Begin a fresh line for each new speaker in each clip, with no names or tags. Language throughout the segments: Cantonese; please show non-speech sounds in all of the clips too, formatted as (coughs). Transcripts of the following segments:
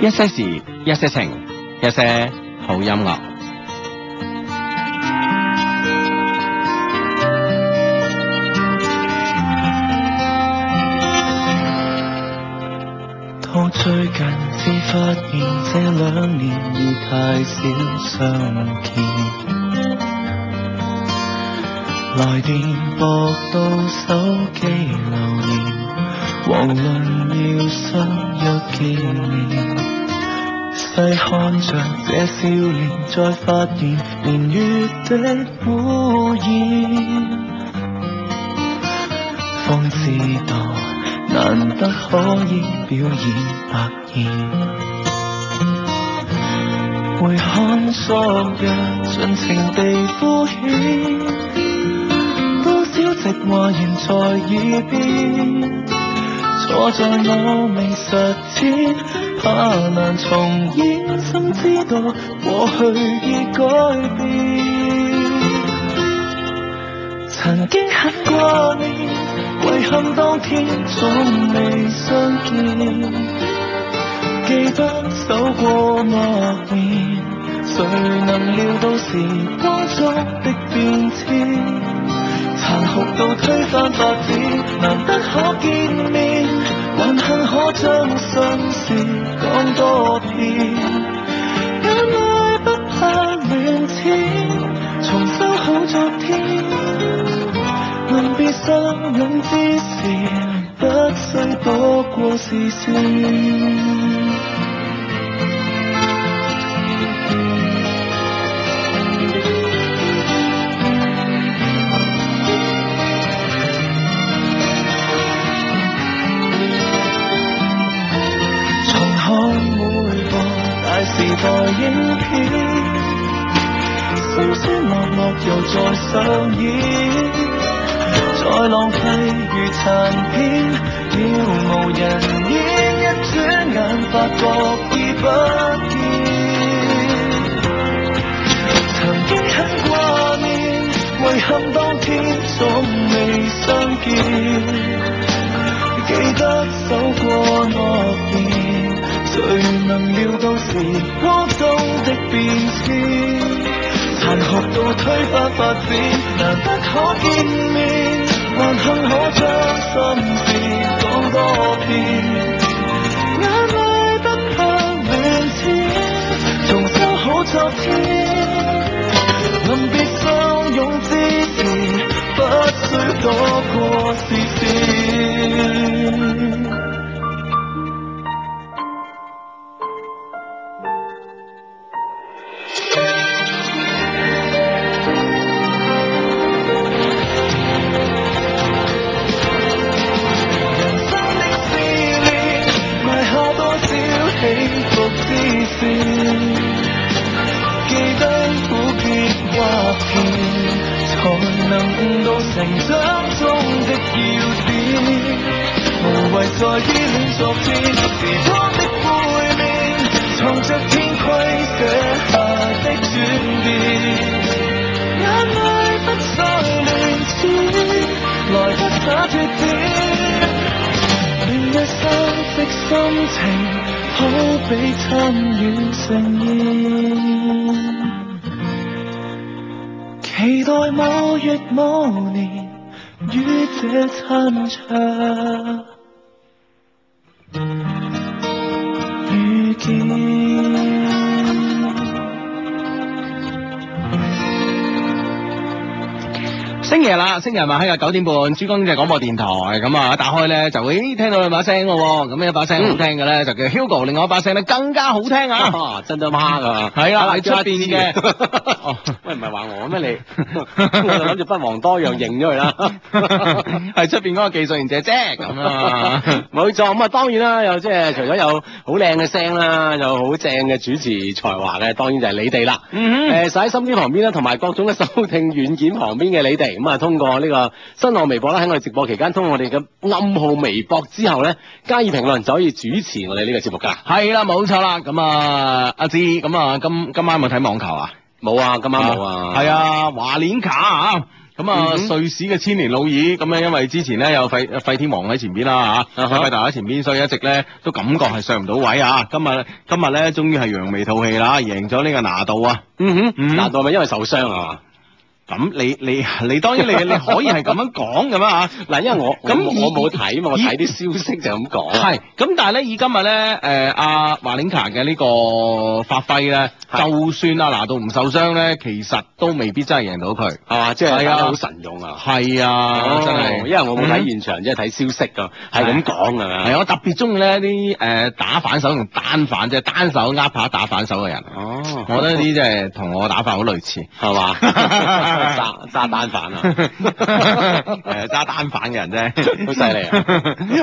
一些事，一些情，一些好音樂。
到最近至發現，這兩年已太少相見。來電駁到手機留言，無論要相約見面，細看着這少年，再發現年月的污染。方知道難得可以表演百厭。回看昨日，盡情地敷衍，多少直話言在耳邊，錯在我未實踐，怕難重演，心知道過去已改變。曾經很掛念，遺憾當天總未相見。記得守過諾言，誰能料到時光中的變遷，殘酷到推翻發展，難得可見面，還幸可將心事講多遍。也愛不怕亂濺，重修好昨天。臨別相擁之時，不需躲過視線。重看每部大時代影片，酸酸落落又再上演，再浪費如殘片，渺無人煙，一轉眼發覺已不見。曾經很掛念，遺憾當天總未相見。記得守過諾言，誰能料到時光中的變遷？殘酷到推翻發展，難得可見面，還幸可將心事講多遍。眼淚不怕亂濺，重修好昨天。臨別相擁之時，不需躲過視線。人生的試煉，埋下多少起伏之線。記得苦澀或甜，才能悟到成長中的要點。無謂再依戀昨天，時光的背面藏着天規寫下的轉變。眼淚不想亂濺，來得灑脱點。
嗯
明日散的心情，好比參與盛宴。期待某月某年，於這餐桌遇見。
星期日啦，星期日晚黑嘅九點半，珠江經濟廣播電台咁啊，一打開咧就咦聽到兩把聲咯喎，咁一把聲好聽嘅咧就叫 Hugo，另外一把聲咧更加好聽啊！
啊，真得媽噶，
係啊，喺出邊
邊
嘅，哦
(laughs) 喂，唔係話我咩你？ (laughs) 我就諗住不遑多讓認咗佢啦。
(laughs) 係出邊嗰個技術員姐姐咁啊，
(laughs) 冇錯，咁啊當然啦，又即係除咗有好靚嘅聲啦，有好正嘅主持才華嘅，當然就係你哋啦。
嗯哼
誒，就喺心機旁邊啦，同埋各種嘅收聽軟件旁邊嘅你哋，咁啊通過呢個新浪微博啦，喺我哋直播期間，通過我哋嘅暗號微博之後咧，加以評論就可以主持我哋呢個節目㗎啦。
係啦，冇錯啦，咁啊阿芝，咁啊今今晚有冇睇網球啊？
冇啊，今晚冇啊。
係啊，華連卡啊，咁啊，
嗯哼
瑞士嘅千年老二，咁啊，因為之前咧有費費天王喺前邊啦嚇，
啊哈
費達喺前邊，所以一直咧都感覺係上唔到位啊。今日今日咧，終於係揚眉吐氣啦，贏咗呢個拿度啊！
嗯哼，
嗯
難道係咪因為受傷啊嘛？
咁你你你當然你你可以係咁樣講咁啊嚇。
(laughs) 嗱，因為我
咁
咁
以
我冇睇嘛，我
以
睇啲消息就咁講啊。
係，咁但係咧，以今日咧，誒阿華玲卡嘅呢個發揮咧，
係
就算阿拿度唔受傷咧，其實都未必真係贏到佢。
係嘛，即係
係啊
打得好神勇啊！
係啊，真係，
因為我冇
嗯
睇現場，即係睇消息啊，係咁講啊。
係我特別中意咧啲誒打反手同單反，即係單手握拍打反手嘅
(laughs)
人。
哦，
我覺得呢啲即係同我打法好類似 (laughs)
(laughs) 係嘛，揸揸單反啊，
誒揸單反嘅人啫，
好犀利啊！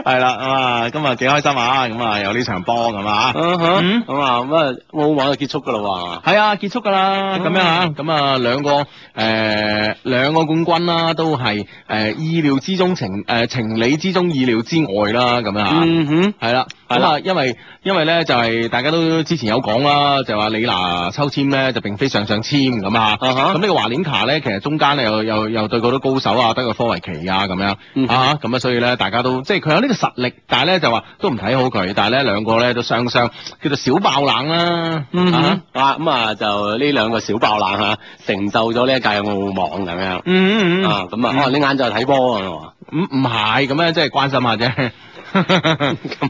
(laughs) 係啦，咁啊，今日幾開心啊！咁啊，有呢場波咁啊，
嗯哼
嗯
咁啊咁啊，澳網就結束㗎啦
係啊，結束㗎啦，
嗯
咁樣啊，咁啊兩個誒、呃、兩個冠軍啦，都係誒、呃意料之中情誒、呃情理之中意料之外啦，咁樣
喎。
啊。
嗯哼，
係啦，
係
咁
啦
啊，因為因為咧就係、大家都之前有講啦，就話李娜抽籤咧就並非上上籤咁啊，
啊哈
咁呢個華連卡咧其實中間咧又又又對過啲高手啊，德國科維奇啊咁樣、
嗯
啊，咁啊所以咧大家都即係佢有呢個實力，但係咧就話都唔睇好佢，但係咧兩個咧都雙雙叫做小爆冷啦，
嗯
啊
哼，啊咁啊就呢兩個小爆冷嚇，成就咗呢一屆嘅澳網咁樣。
嗯嗯嗯，
啊咁啊，可能你晏晝睇波啊
唔唔係咁樣，即係關心下啫。 (laughs)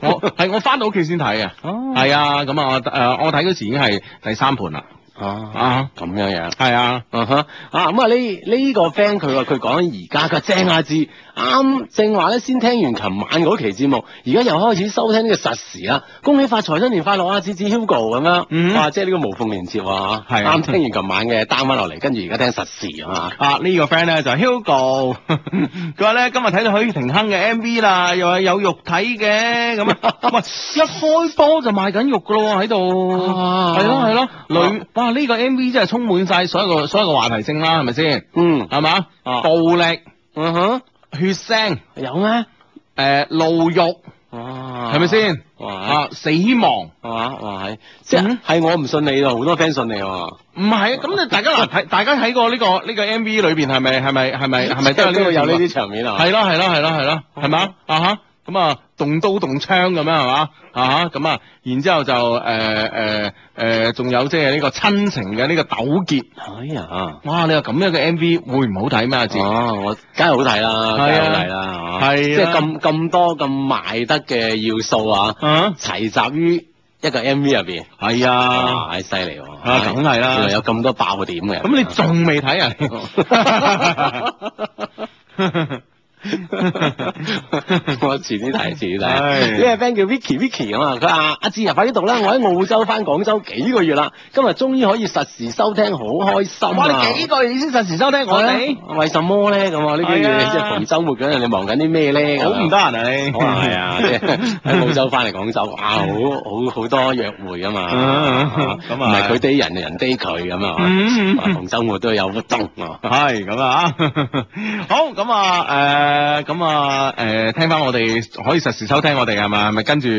我係我翻到屋企先睇啊，
哦
係啊，咁啊我誒我睇嗰時已經係第三盤啦，
哦，
啊。
咁樣樣。
係啊，
啊哈！啊咁啊呢呢個 friend 佢話佢講緊而家嘅正阿志啱正話咧，先聽完琴晚嗰期節目，而家又開始收聽呢個實時啦。啊恭喜發財，新年快樂啊！子子 Hugo 咁樣，
嗯
哇！即係呢個無縫連接啊！
係啊
啱聽完琴晚嘅 down 翻落嚟，跟住而家聽實時啊嘛。
啊呢、個 friend 咧就係 Hugo，佢話 (laughs) 咧今日睇到許廷鏗嘅 MV 啦，又係有肉睇嘅咁啊， (laughs) 喂一開波就賣緊肉噶咯喎喺度，
啊
係咯係咯，女哇呢、個 MV 真係充滿晒所有個所有個話題性啦，係咪先？
嗯，
係嘛？
啊
暴力、
嗯哼，
血腥、誒、
有咩？
露肉，
哇
呃係咪？先？
啊哇！
啊死亡。
哇！啊哇！係，即係
嗯
係我唔信你喎，好多 friend 信你喎。
唔係啊，咁你大家
(laughs)
嗱睇，大家睇過呢、個呢、個 MV 裏邊係咪係咪係
(laughs)
咪係咪都有呢個
有呢
情況
啲場面啊？
係咯係咯係咯係咯，係嘛啊哈咁啊動刀動槍咁樣係嘛啊哈咁啊，然之後就誒誒誒，仲有即係呢個親情嘅呢個糾結，
哎呀！
哇！你話咁樣嘅 MV 會唔好睇咩？阿志
哦，我梗係好睇啦，梗
係啊
係好睇啦，哦
係啊
即係咁咁多咁賣得嘅要素啊，
啊，
齊集於一個 MV 入邊，
係啊，
哇，係犀利喎！
啊梗係啦
原來有咁多爆點嘅。
咁你仲未睇啊？
(laughs) 我遲
(laughs)
啲睇，遲
係
啲睇。呢個 friend 叫 Vicky Vicky 啊嘛，佢話阿志啊，快啲讀啦！我喺澳洲翻廣州幾個月啦，今日終於可以實時收聽，好開心啊！
個月先實時收聽
係啊為什麼咧？咁啊，呢幾
係
月
啊
即係逢週末嗰陣，你忙緊啲咩咧？咁
好
樣
唔得閒啊你，
可能
(laughs)
係啊，即係喺澳洲翻嚟廣州，哇，好好好多約會啊嘛，
嗯
啊
咁
唔
啊
係佢哋人，人哋佢咁啊，
嗯嗯嗯
啊同周末都有活動啊。
(laughs) 係咁啊，好咁啊，誒咁啊，誒聽翻我哋可以實時收聽我哋係嘛，係咪跟住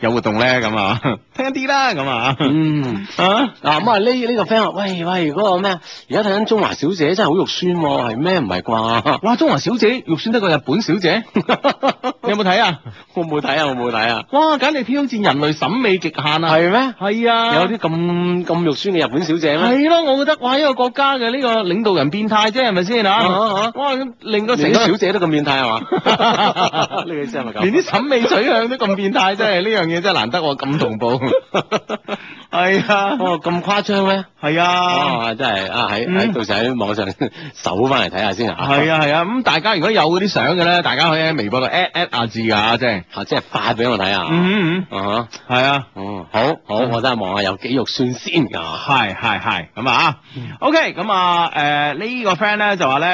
有活動咧咁 (laughs) 啊，聽啲啦咁啊，
嗯，
啊
嗱咁啊呢呢個 friend 話，喂喂，嗰個咩？而家睇緊《中華小姐》真係好肉酸喎，係咩？唔係啩？
哇，中華小姐肉酸得過日本小姐，你有冇睇啊？
我冇睇啊，我冇睇啊。
哇，簡直挑戰人類審美極限啊！
係咩？
係啊，
有啲咁咁肉酸嘅日本小姐咩？
係咯，我覺得哇，一個國家嘅呢個領導人變態啫，係咪先
啊
啊
啊？
哇，咁令到成
連
個
啲小姐都咁變態係
(laughs)
嘛？呢個意思係咪咁？
連啲審美取向都咁變態，真係呢樣嘢真係難得喎，咁同步。 (laughs) 係啊
(laughs) 哦咁誇張咩？
係啊。
啊，真係啊，喺喺
嗯
到時喺網上搜翻嚟睇下先啊。
係啊係啊，咁、大家如果有嗰啲相嘅咧，大家可以喺微博度 at at 阿志㗎，真係。
啊，即係發俾我睇啊。
嗯嗯
啊哈，
嗯，係啊。
嗯，好好，我真係望下有幾肉酸先啊。
係係係咁啊，OK 咁啊誒、呢個 friend 咧就話咧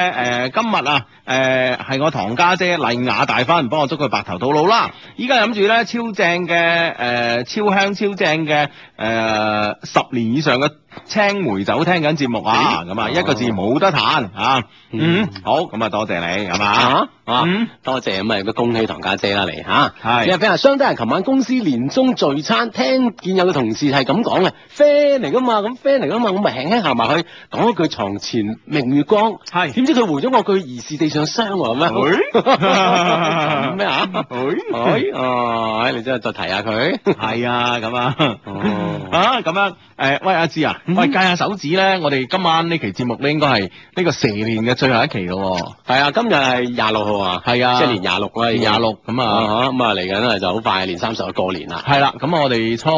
誒今日啊誒係我堂家姐麗雅大婚，幫我祝佢白頭到老啦！依家諗住咧超正嘅誒、超香超正嘅誒、十年以上嘅青梅酒聽緊節目啊，咁啊一個字冇得彈啊，嗯，好，咁啊多謝你，係嘛
啊，啊
嗯，
多謝咁啊，有個恭喜唐家姐啦你啊嚇，
係
你話俾人相低人，琴晚公司年終聚餐，聽見有個同事係咁講嘅，friend 嚟噶嘛，咁 friend 嚟噶嘛，我咪輕輕行埋去講一句床前明月光，
係
(laughs) 點知佢回咗我句疑是地上霜喎咁
(laughs)
樣，咁咩啊？哎
喂， (laughs)
哦，你真係再提下佢，
係啊，咁啊。
哦，
啊，咁樣，誒、喂，阿志啊，喂，計下手指咧，我哋今晚呢期節目咧，應該係呢個蛇年嘅最後一期咯
係啊，今日係廿六號啊，
係啊
即係年廿六啦，
喎，
已經
廿六咁啊，
啊，咁啊嚟緊啊就好快年三十就過年啦，
係啦，咁我哋初，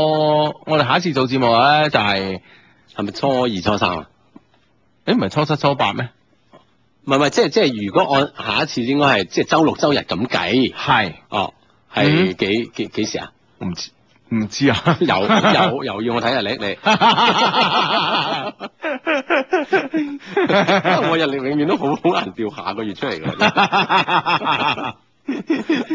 我哋下一次做節目咧就係、
係咪初二初三啊？
誒唔係初七初八咩？
唔係唔係，即係即係，如果按下一次應該係即係周六周日咁計，
係，
哦，
嗯
係幾幾幾時啊？
唔知唔知 (laughs) 啊，
又又又要我睇下你你， (laughs) 我日曆永遠都好好難調下個月出嚟㗎。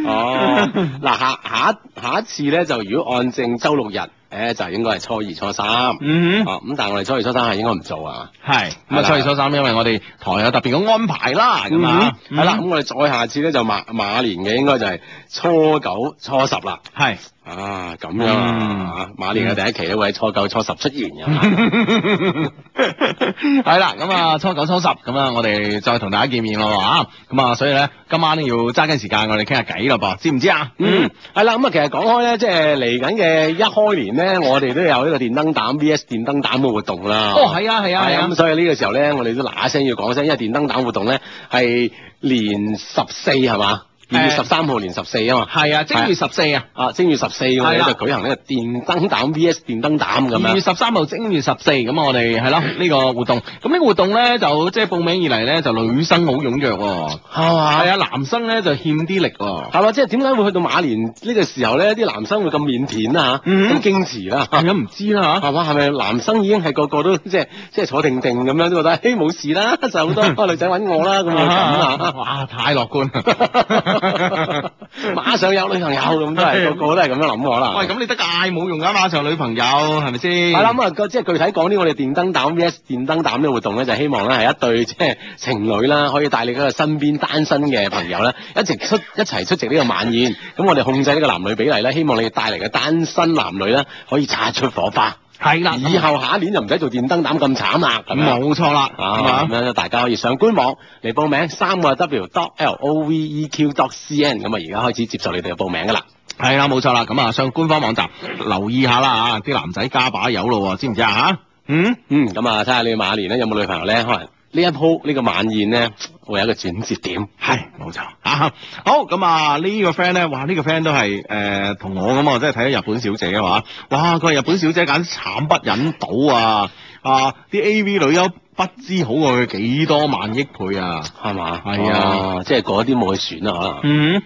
哦，嗱下下一下一次咧，就如果按正周六日，誒就應該係初二初三，哦
嗯，
咁但係我哋初二初三係應該唔做啊。
係，咁啊初二初三，因為我哋台有特別嘅安排啦，咁啊，
嗯係啦，咁我哋再下次咧就馬馬年嘅應該就係初九初十啦。
係。
啊，咁樣啊，馬年嘅第一期咧會喺初九初十出現嘅。
係啦，咁啊初九初十咁啊，我哋再同大家見面咯啊，咁啊所以咧今晚咧要揸緊時間，我哋傾下偈咯噃，知唔知
(laughs)
啊？
嗯，係啦，咁啊，其實講開咧，即係嚟緊嘅一開年咧，我哋都有呢個電燈膽 VS 電燈膽嘅活動啦。
哦，係啊，係
係
啊，係
啊，
啊
咁，所以呢個時候咧，我哋都嗱嗱聲要講聲，因為電燈膽活動咧係年十四係嘛，二月
誒
十三號年十四啊嘛，
係啊，正月十四啊，
啊正月十四我
係
哋
啦
就舉行呢個電燈膽 VS 電燈膽咁
二月
樣。
十三號，正月十四，咁我哋 (laughs) 係咯呢個活動，咁呢個活動咧就即係報名以嚟咧就女生好踴躍喎，
係嘛
係啊，男生咧就欠啲力喎，
係嘛，即係點解會去到馬年呢個時候咧，啲男生會咁腼腆啊，
嗯
咁矜持啦、
係啊，唔知啦嚇。
係嘛？係咪男生已經係個個都 (laughs) 即係即係坐定定咁樣都覺得，嘿冇事啦， (laughs)
(laughs)
就好多哦女仔揾我啦咁樣咁啊，
哇！太樂觀啦！
(laughs) 馬上有女朋友咁都係個個都係咁樣諗我啦。
(laughs) (laughs) 喂，咁你得嗌冇用噶，馬上女朋友係咪先？
係啦，咁啊，個即係具體講呢，我哋電燈膽 VS 電燈膽呢個活動咧，就希望咧係一對 (laughs) 即係情侶啦，可以帶你嗰個身邊單身嘅朋友咧，一直出一齊出席呢個晚宴。咁我哋控制呢個男女比例咧，希望你帶嚟嘅單身男女咧，可以擦出火花。
係啦，
以後下一年就唔使做電燈膽咁慘啦。咁樣
冇錯啊啦，係
啊，咁
嘛？
樣咧，大家可以上官網嚟報名，三個 W dot L O V E Q dot C N，咁啊，而家開始接受你哋嘅報名噶啦。
係啦，冇錯啦。咁啊，上官方網站留意下啦啊，啲男仔加把油咯喎，知唔知啊？嚇嗯，
嗯，咁啊，睇下你馬年咧有冇女朋友咧，可能呢一鋪呢個晚宴咧會有一個轉折點。
係冇錯啊。好咁啊，呢個 friend 咧，哇，呢個 friend 都係誒同我咁啊，真係睇咗日本小姐啊嘛。哇，佢話日本小姐簡直慘不忍睹啊！啊，啲 A V 女優不知好過佢幾多萬億倍啊！
係嘛？
係啊
哦，即係嗰啲冇去選啊，可能，
嗯。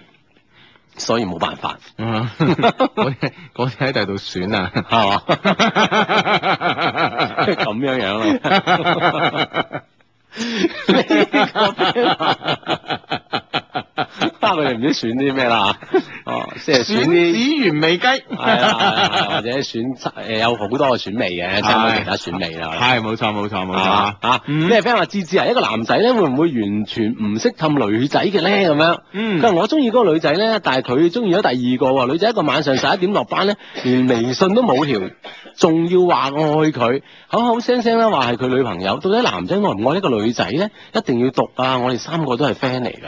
所以冇辦 (laughs) 法，
啊！嗰啲嗰啲喺第度選啊，
係嘛？咁樣樣 (laughs) 啊， (laughs) 啊，佢哋唔知選啲咩啦，哦，即係
選
選啲。啊
子原味雞，
係啦係哎啦，或者選誒有好多個選美
(laughs)
嘅，即係冇其他選美啦。
係冇錯冇錯冇錯
啊
啊！
啊！
嗯
咩 friend 話芝芝啊？一個男仔咧會唔會完全唔識氹女仔嘅咧？咁樣，
嗯
佢話我中意嗰個女仔咧，但係佢中意咗第二個喎。女仔一個晚上十一點落班咧，連微信都冇條，仲要話愛佢，口口聲聲咧話係佢女朋友。到底男仔愛唔愛呢個女仔咧？一定要讀啊！我哋三個都係 friend 嚟㗎。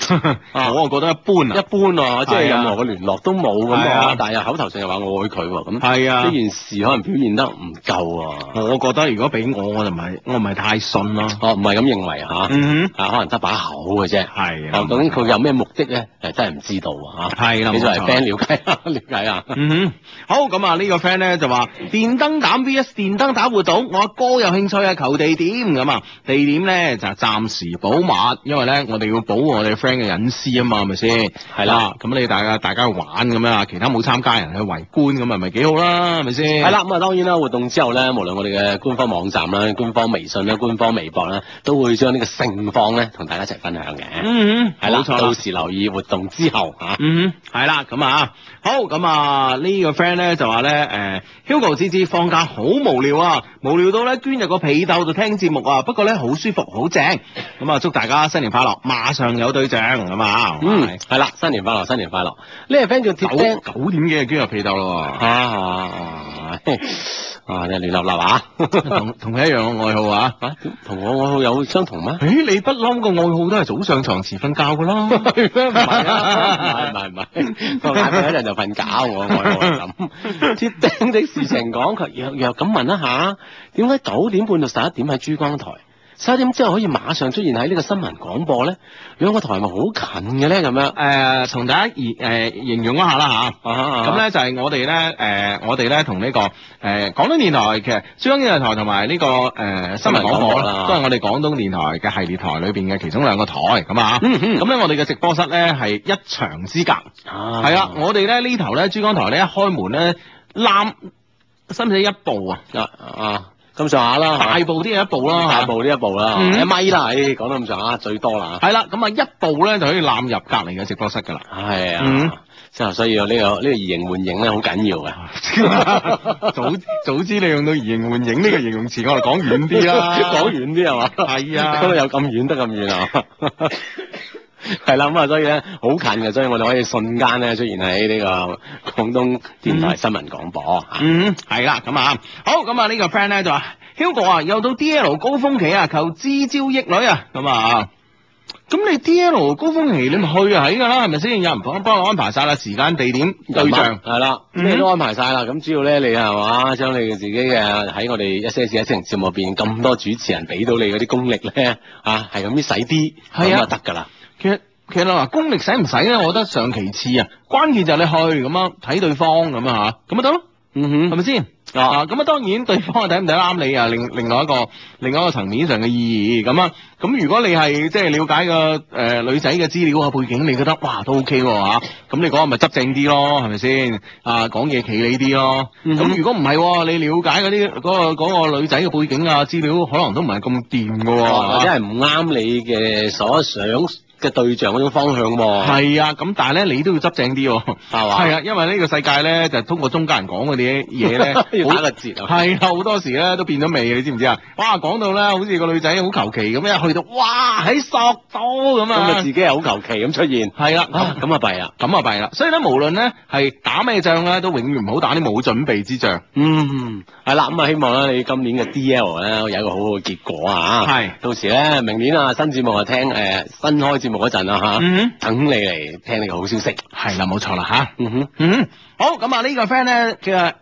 (laughs) 我啊覺得一般
一
啊，
般喎，即係
係啊
任何嘅聯絡都冇咁
係啊
啊，但係口頭上又話我愛佢喎，咁
係啊
呢件事可能表現得唔夠啊，
我覺得如果俾我我就唔係我唔係太信咯。
哦，唔係咁認為嚇，
嗯哼，
啊，可能得把口嘅啫，
係
啊，
啊，
究竟佢有咩目的咧？誒，真係唔知道啊，嚇，
係啦，
你作為
冇錯
friend 了解下， (laughs) 了解啊下，
嗯哼，好咁啊！呢個 friend 咧就話電燈膽 VS 電燈膽活動，我阿哥有興趣啊，求地點咁啊！地點咧就暫時保密，因為咧我哋要保護我哋 friend friend 嘅隱私啊嘛，係咪先？係啦，咁你大家大家去玩咁樣啊，其他冇參加人去圍觀咁啊，咪幾好啦，係咪先？
係啦，咁啊當然啦，活動之後咧，無論我哋嘅官方網站啦、官方微信啦、官方微博啦，都會將呢個盛況咧同大家一齊分享嘅。
嗯，嗯，
係啦，
冇錯啦
到時留意活動之後啊嚇。
嗯，係啦，咁啊，好，咁啊呢個 friend 咧就話咧，誒、Hugo 芝芝放假好無聊啊，無聊到咧捐入個被竇度聽節目啊，不過咧好舒服，好正，咁啊祝大家新年快樂，馬上有對象咁啊，
嗯，係啦，新年快樂，新年快樂！呢個 friend 叫
九
鐵釘
九點幾就捐入被竇咯
啊啊 (laughs) 啊！真係亂立立啊！
喎，同同佢一樣嘅愛好啊。
啊，同我我有相同咩？
誒，你不嬲個愛好都係早上床前瞓覺噶啦，
唔係啊，唔係唔係唔係，我眼瞓一陣就瞓覺，我愛我係咁。鐵釘的事情講，佢弱弱咁問一下，點解九點半到十一點喺珠江台，十一點之後可以馬上出現喺呢個新聞廣播咧？兩個台咪好近嘅咧咁樣。啊
誒，同大家形誒形容一下啦嚇。咁
咁咧
咧就係我哋咧誒，我哋咧同呢個誒呃廣東電台其實珠江電視台同埋呢個誒新聞廣
新聞廣
播
播
啦，
啦
都係我哋廣東電台嘅系列台裏邊嘅其中兩個台咁啊。
嗯嗯
咁咧我哋嘅直播室咧係一牆之隔，
啊
係啦，我哋咧呢頭咧珠江台咧一開門咧攬，使唔使一步啊？
啊啊咁上下啦，
大步啲係一步啦，
大步呢一步啦，
嗯
一米啦，誒講到咁上下最多啦。
係啦，咁啊一步咧就可以攬入隔離嘅直播室
(laughs)
㗎啦。
係
嗯
啊，之後所以呢個呢個移形換影咧好緊要嘅。，
早早知你用到移形換影呢個形容詞，我哋講遠啲啦
(laughs) 講遠啲係嘛？
係啊
咁啊有咁遠得咁遠啊！係啦，咁啊，所以咧好近嘅，所以我哋可以瞬間咧出現喺呢個廣東電台新聞廣播。啊
嗯，係啦，咁啊，好，咁啊呢個 friend 咧就話，Hugo 啊，又到 D L 高峰期啊，求支招益女啊，咁啊。咁你 D L 高峰期你咪去啊，喺㗎啦，係咪先？有人幫幫我安排晒啦，時間、地點、對象，
啊係啦，
嗯
咩都安排晒啦。咁只要咧，你係嘛，將你自己嘅喺我哋一些事一些情節目入邊咁多主持人俾到你嗰啲功力咧，啊，係咁啲使啲，
係
咁
啊
就得㗎啦。
其實其實嗱，功力使唔使咧？我覺得上其次啊，關鍵就係你去咁啊，睇對方咁啊嚇，咁咪得咯，
嗯
係咪先？
啊
啊，咁啊當然對方睇唔睇得啱你啊，另另外一個另外一個層面上嘅意義咁啊，咁如果你係即係了解個誒、呃女仔嘅資料啊背景，你覺得哇都 OK 喎、啊、咁你講咪執正啲咯，係咪先？啊講嘢企理啲咯，咁、
嗯哼
如果唔係喎，你了解嗰啲嗰個嗰個女仔嘅背景啊資料，可能都唔係啊咁掂嘅
或者
喎。
哦係唔啱你嘅所想嘅對象嗰種方向喎。
係啊，咁但係咧，你都要執正啲喎，
係嘛，
係啊，因為呢個世界咧，就通過中間人講嗰啲嘢 (laughs) 咧
(laughs) 要
好
打個折啊
係啊，好多時咧都變咗味，你知唔知啊？哇，講到咧好似個女仔好求其咁樣，去到哇喺索到咁
咁啊
啊
自，己係好求其咁出現，
係啦，
啊
咁
咁啊弊啦，
咁啊弊啦。所以咧，無論咧係打咩仗咧，都永遠唔好打啲冇準備之仗。
嗯，係啦，咁啊希望咧你今年嘅 D L 咧有一個好好嘅結果啊，
係
到時咧明年啊新節目啊聽誒、呃新開節目嗰陣啊嚇，
嗯，
等你嚟聽呢個好消息，
係啦，冇錯啦吓。
嗯哼，
嗯，好，咁啊呢 (coughs) 個 friend 咧叫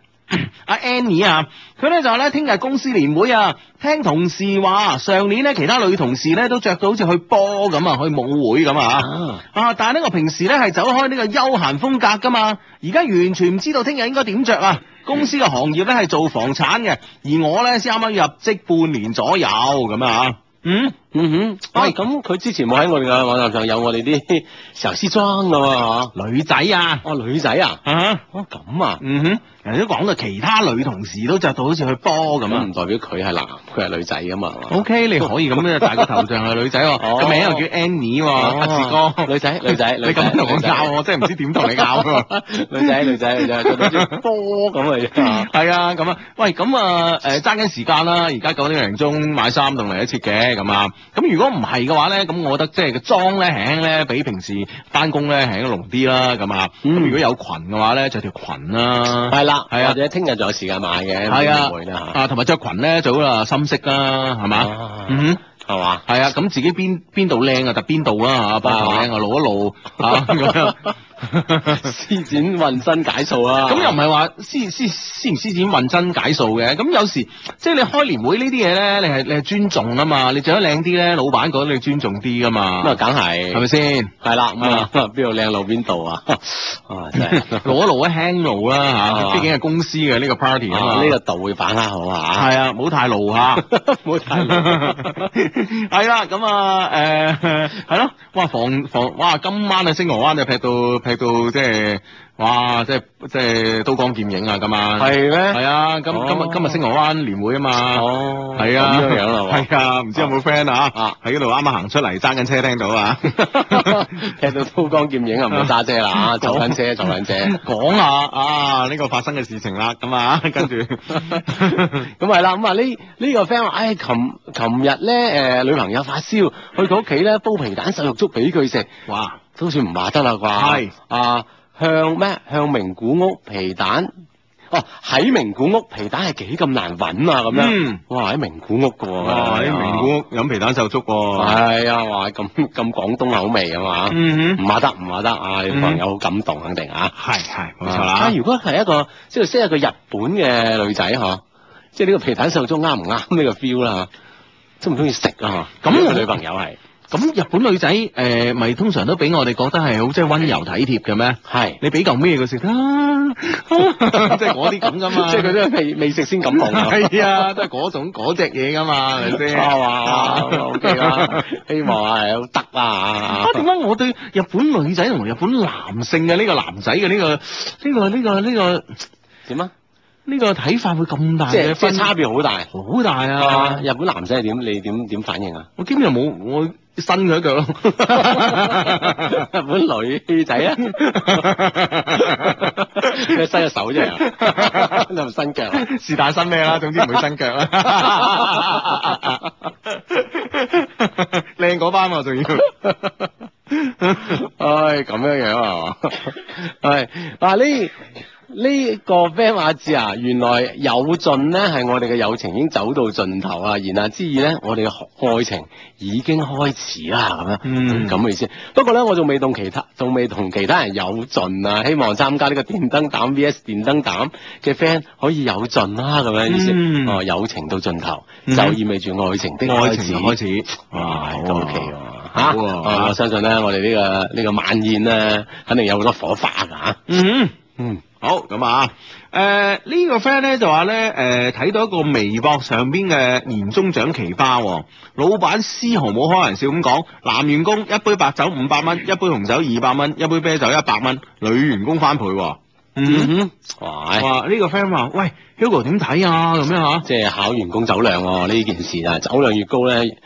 阿 Annie 啊，佢咧就話咧聽日公司年會啊，聽同事話上年咧其他女同事咧都着到好似去波咁啊，去舞會咁啊。
啊
啊！但係咧，我平時咧係走開呢個休閒風格噶嘛，而家完全唔知道聽日應該點着啊！公司嘅行業咧係做房產嘅，而我咧先啱啱入職半年左右咁啊。嗯，
嗯哼，喂咁佢之前冇喺我哋嘅網站上有我哋啲壽司裝㗎嘛嚇，
女仔啊，
哦女仔啊，
啊，
哦咁啊。
嗯哼，人哋都講到其他女同事都着到好似去波咁
咁
啊
啊，唔。代表佢係男，佢係女仔噶嘛，係嘛
O、K，你可以咁樣戴個頭像係女仔喎，
哦
個名又叫 Annie 喎，阿志
哦
哥，
女仔
(laughs)
女仔
你
女仔
咁同我
女仔
拗，啊我真係唔知點同你拗喎。
女仔女仔女仔，做到啲 (laughs) 波咁嚟啫。
係啊，咁啊，喂，咁啊，誒爭緊時間啦，而家九點零鐘買衫同嚟一切嘅咁啊，咁如果唔係嘅話咧，咁我覺得即係個裝咧輕咧，比平時翻工咧輕濃啲啦，咁啊，咁
嗯
如果有裙嘅話咧，着條裙啦，
係啦，
係啊
或者聽日仲有時間買嘅，
係啊
唔會啦，
啊，同埋着裙咧最好啊深色啦，係嘛，
啊
嗯哼。
係嘛？
啊係啊，咁自己邊邊度靚啊，特邊度啦嚇，膊頭靚啊，露一露啊咁樣
施展渾身解數啊！
咁又唔係話施施施唔施展混真解數嘅，咁有時即係你開年會呢啲嘢咧，你係你係尊重啊嘛，你着得靚啲咧，老闆覺得你尊重啲噶嘛
咁啊，，梗係
係咪
(laughs)
先？
係啦，咁啊
啊，
邊度靚路邊度啊！ (laughs) 啊，真係
露一露一輕露啦
啊
嚇，畢竟係公司嘅呢個 party 啊
啊
嘛，
呢個度會把握好啊！
(laughs) 係啊，唔好太露
(laughs)
嚇。
冇
(laughs)
睇
係啦，咁啊，誒係咯，哇防防哇今晚啊，星河灣就劈到劈到即係哇，即係即係刀光劍影啊，今晚
係咩？
係啊，今今
哦
日今日星河灣聯會啊嘛。
哦，
係啊，
咁樣樣啦
(laughs)
喎，
係啊，唔知有冇 friend
啊
啊？喺嗰度啱啱行出嚟，揸緊車聽到啊！ (laughs)
踢到刀光劍影啊，唔 (laughs) 好揸車啦啊，走緊車，走緊車。
講下啊，呢個發生嘅事情啦，咁 (laughs) 啊，跟住
咁係啦，咁啊呢呢個 friend 話，唉，琴琴日咧誒女朋友發燒，去佢屋企咧煲皮蛋瘦肉粥俾佢食，
哇，
都好似唔話得啦啩。
係
啊，向咩向名古屋皮蛋。哦，喺名古屋皮蛋係幾咁難揾啊咁樣，
嗯
哇喺名古屋嘅喎，
哇！哦啲名古屋飲皮蛋瘦粥喎，
係啊，哇咁咁廣東口味啊嘛，
嗯
唔
哼，
話得唔話得啊，你
嗯
朋友好感動肯定啊。
係係冇錯
啊！
啦。
如果係一個即係識一個日本嘅女仔嗬，即係呢個皮蛋瘦肉粥啱唔啱呢個 feel 啦？中唔中意食啊？
咁
呢個
我
女朋友係
咁日本女仔誒，咪、通常都俾我哋覺得係好即係温柔體貼嘅咩？
係，
你俾嚿咩佢 (laughs) 食啊？即係嗰啲咁噶嘛，
即係佢都未未食先感動啊！
係啊，都係嗰種嗰隻嘢噶嘛，係咪先？
啊哇，OK (laughs) 啦，希望係得啦
啊
啊！！
點解我對日本女仔同日本男性嘅呢個男仔嘅呢個呢個呢個呢個
點啊？
呢個睇法會咁大
即
嘅
係即
分
係差別好大
好大
啊！
啊！
日本男仔係點？你點點反應 (laughs) 啊？
我基本上冇我伸佢一腳 (laughs) 咯。
日本女仔 (laughs) 啊，你伸隻手出嚟啊？ (laughs) 你係咪伸腳啊？
是但伸咩
(laughs)
啦，總 (laughs) 之唔會伸腳啦。靚嗰班喎，仲要
唉，咁樣樣啊， (laughs) 係嗱呢呢個 friend 話知啊，原來有盡咧係我哋嘅友情已經走到盡頭啊，言下之意咧，我哋嘅愛情已經開始啦，咁樣，
嗯
咁嘅意思。不過咧，我仲未同其他，仲未同其他人有盡啊，希望參加呢個電燈膽 VS 電燈膽嘅 friend 可以有盡啦，咁樣意思。
嗯
哦，友情到盡頭，
嗯
就意味住 (laughs) 愛情的
愛
開始
情開始， (laughs)
哇，咁 OK 喎嚇！
啊好
啊我
啊，
相信咧，我哋呢個呢個晚宴咧，肯定有好多火花㗎嚇。
嗯。
嗯，
好咁啊！誒、呢個 friend 咧就話咧誒睇到一個微博上邊嘅年終獎奇葩喎，老闆絲毫冇開玩笑咁講，男員工一杯白酒五百蚊，一杯紅酒二百蚊，一杯啤酒一百蚊，女員工翻倍喎。嗯，
嗯哼，哇！
哇！呢、個 friend 話：喂，Hugo 點睇啊？咁樣嚇。
即係考員工酒量喎，呢件事啊，酒量越高咧，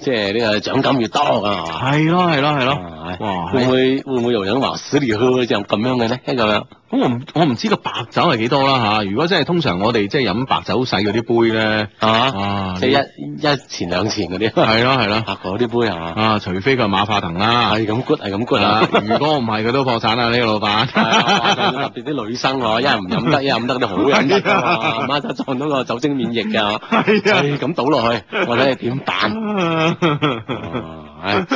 即係呢個獎金越多㗎，係嘛？
係咯係咯係咯，
係
哇！啊
會唔會會唔會有人話死你喝就咁樣嘅咧？咁樣
咁我唔我唔知個白酒係幾多啦嚇、如果真係通常我哋即係飲白酒細嗰啲杯咧，
係嘛？
啊，
即係一一錢兩錢嗰啲，
係咯係咯，
啊嗰啲杯係嘛？
啊，除非佢係馬化騰哎啦。
係咁 good，係咁 good 啊
啊！！如果唔係，佢都破產啦！呢個老
係啊
闆。
特別啲女生喎，一係唔飲得，一係飲得嗰啲好飲得㗎嘛，媽就撞到個酒精免疫㗎，
係啊
(laughs) 唉咁倒落去，我睇你點
(laughs)
辦？
喂，
啊唉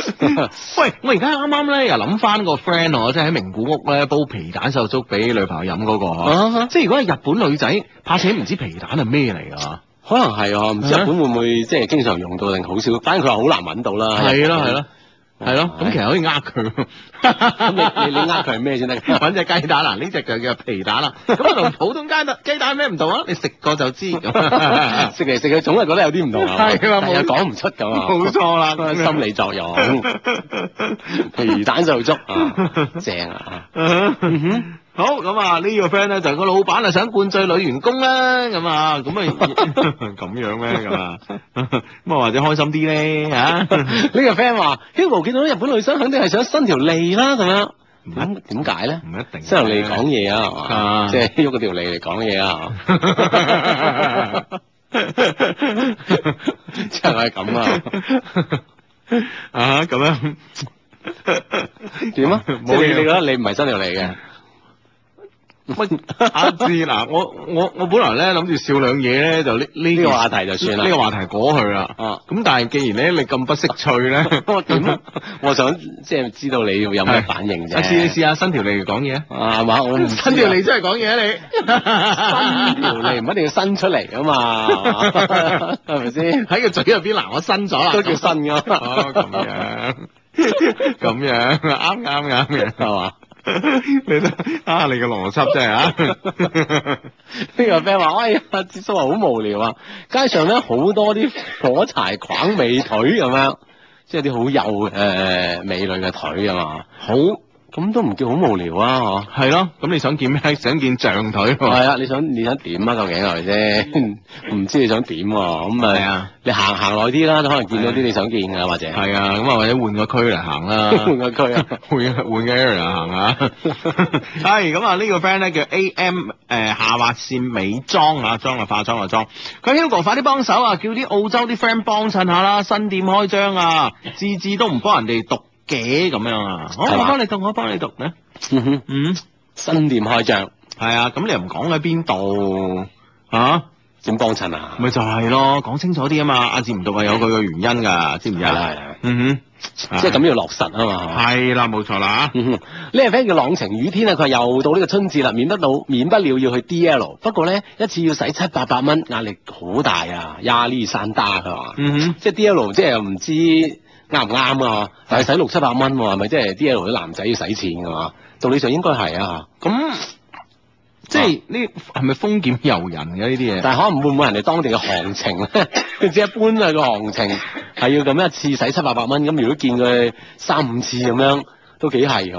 我而家啱啱咧又諗翻個 friend 喎，即係喺名古屋咧煲皮蛋瘦粥俾女朋友飲嗰個嗬，
啊
即係如果係日本女仔，怕且唔知皮蛋係咩嚟㗎？
可能係啊，唔知日本會唔會即係經常用到定好少，反正佢話好難揾到啦。
係咯係咯係咯，咁其實可以呃佢。
咁你你你呃佢係咩先得㗎？
揾只雞蛋嗱，啊呢只就叫皮蛋 (laughs) 啦。咁啊同普通雞蛋雞蛋咩唔同啊？你食過就知。 (laughs) 冇
食嚟食去總係覺得有啲唔同啊，
係啊
但又
冇
講唔出咁啊，
錯啦， (laughs)
心理作用，皮蛋瘦粥啊，正啊！
(laughs) 好咁啊，呢個 friend 咧就係個老闆啊想灌醉女員工啦，咁啊，咁啊 (laughs) 咁樣咩咁 (laughs) 啊？咁啊或者開心啲咧嚇，
呢個 friend 話，Hugo 見到日本女生肯定係想伸條脷啦咁樣，
唔
咁點解咧？
唔一定。
伸條脷講
(laughs)
嘢啊，係嘛？
啊
即係喐嗰條脷嚟講嘢啊，即係咪咁啊？
(laughs) 啊咁樣
點啊？
冇
啊即係
(laughs) 嘢嗯
你你覺得你唔係伸條脷嘅？
喂，阿志嗱，啊我我我本來咧諗住笑兩嘢咧，就呢呢
呢
件
個話題就算啦
呢個話題過去啦。
啊
咁但係既然咧你咁不識趣
(laughs)
咧，
(laughs) 我點啊？我想即係知道你有咩反應啫。
阿志你啊試下伸條脷嚟講嘢啊。
啊係嘛？我唔知啊
伸條脷出嚟講嘢啊
伸條脷唔一定要伸出嚟噶嘛，
(laughs)
係咪
你，
(laughs) 先？
喺個嘴入邊嗱，我伸咗啦，
都叫伸噶，
哦，咁樣，咁樣，啱啱啱嘅。
係嘛？
你都啊，你嘅邏輯真係
(laughs)
啊，
呢個 friend 話：，哎呀，節叔話好無聊啊！街上咧好多啲火柴框美腿咁樣，即係啲好幼嘅美女嘅腿啊嘛。好，咁都唔叫好無聊啊！嗬。
哦係咯。咁你想見咩？想見象腿喎。
係啊，你想你想點啊？究竟係咪先？唔知你想點喎？咁
嗯係
咪
啊
你行行耐啲啦，都可能見到啲
係
你想見嘅，或者
係啊，咁啊或者換個區嚟行
(laughs)
啦，
換個區啊。
換換個 area 行
(laughs)
啊。係咁啊，呢個 friend 咧叫 A.M. 誒下劃線美妝啊，妝啊化妝啊妝。佢 Hugo 快啲幫手啊，叫啲澳洲啲 friend 幫襯下啦，新店開張啊，次次都唔幫人哋讀嘅咁樣啊。好，
係嘛
我幫你讀，我幫你讀咧。
嗯哼
嗯。
新店開張
係啊，咁你又唔講喺邊度啊？
點幫襯啊？
咪就係咯，講清楚啲啊嘛！阿志唔讀啊，有佢嘅原因㗎，知唔知
係啦
啊？
係啦，
嗯哼，
即係咁要落實啊嘛係嘛。
係啦，冇錯啦
嗯哼， (laughs) 呢個 friend 叫朗晴雨天啊，佢話又到呢個春節啦，免不到免不了要去 D L，不過咧一次要使七八百蚊，壓力好大啊，壓力山大佢話，
嗯哼，
即係 D L 即係唔知啱唔啱啊，但係使六七百蚊喎，係咪即係 D L 啲男仔要使錢㗎嘛？道理上應該係啊，
咁即係呢係咪封劍遊人嘅呢啲嘢？
但係可能會唔會人哋當地嘅行情 (laughs) 咧？佢只係搬啊個行情係要咁一次使七八百蚊，咁如果見佢三五次咁樣，都幾係喎。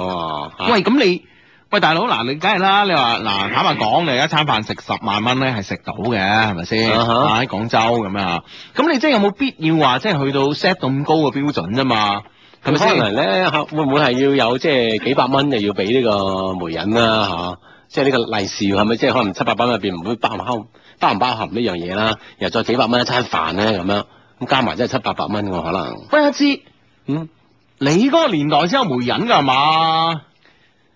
嚇
喂，咁你喂大佬嗱，你梗係啦，你話嗱坦白講，你一餐飯食十萬蚊咧係食到嘅，係咪先？
啊哈
啊喺廣州咁啊，咁你即係有冇必要話即係去到 set 到咁高嘅標準啫嘛？係咪
係咪
先
可？能咧？嚇會唔會係要有即係幾百蚊就要俾呢個媒人啦？嚇、即係呢個利是係咪？即係可能七百蚊入邊唔會包唔包包唔包含呢樣嘢啦？然後再幾百蚊一餐飯咧咁樣，咁加埋真係七八百蚊喎，可能。
喂，阿志，
嗯，
你嗰個年代先有媒人㗎係嘛？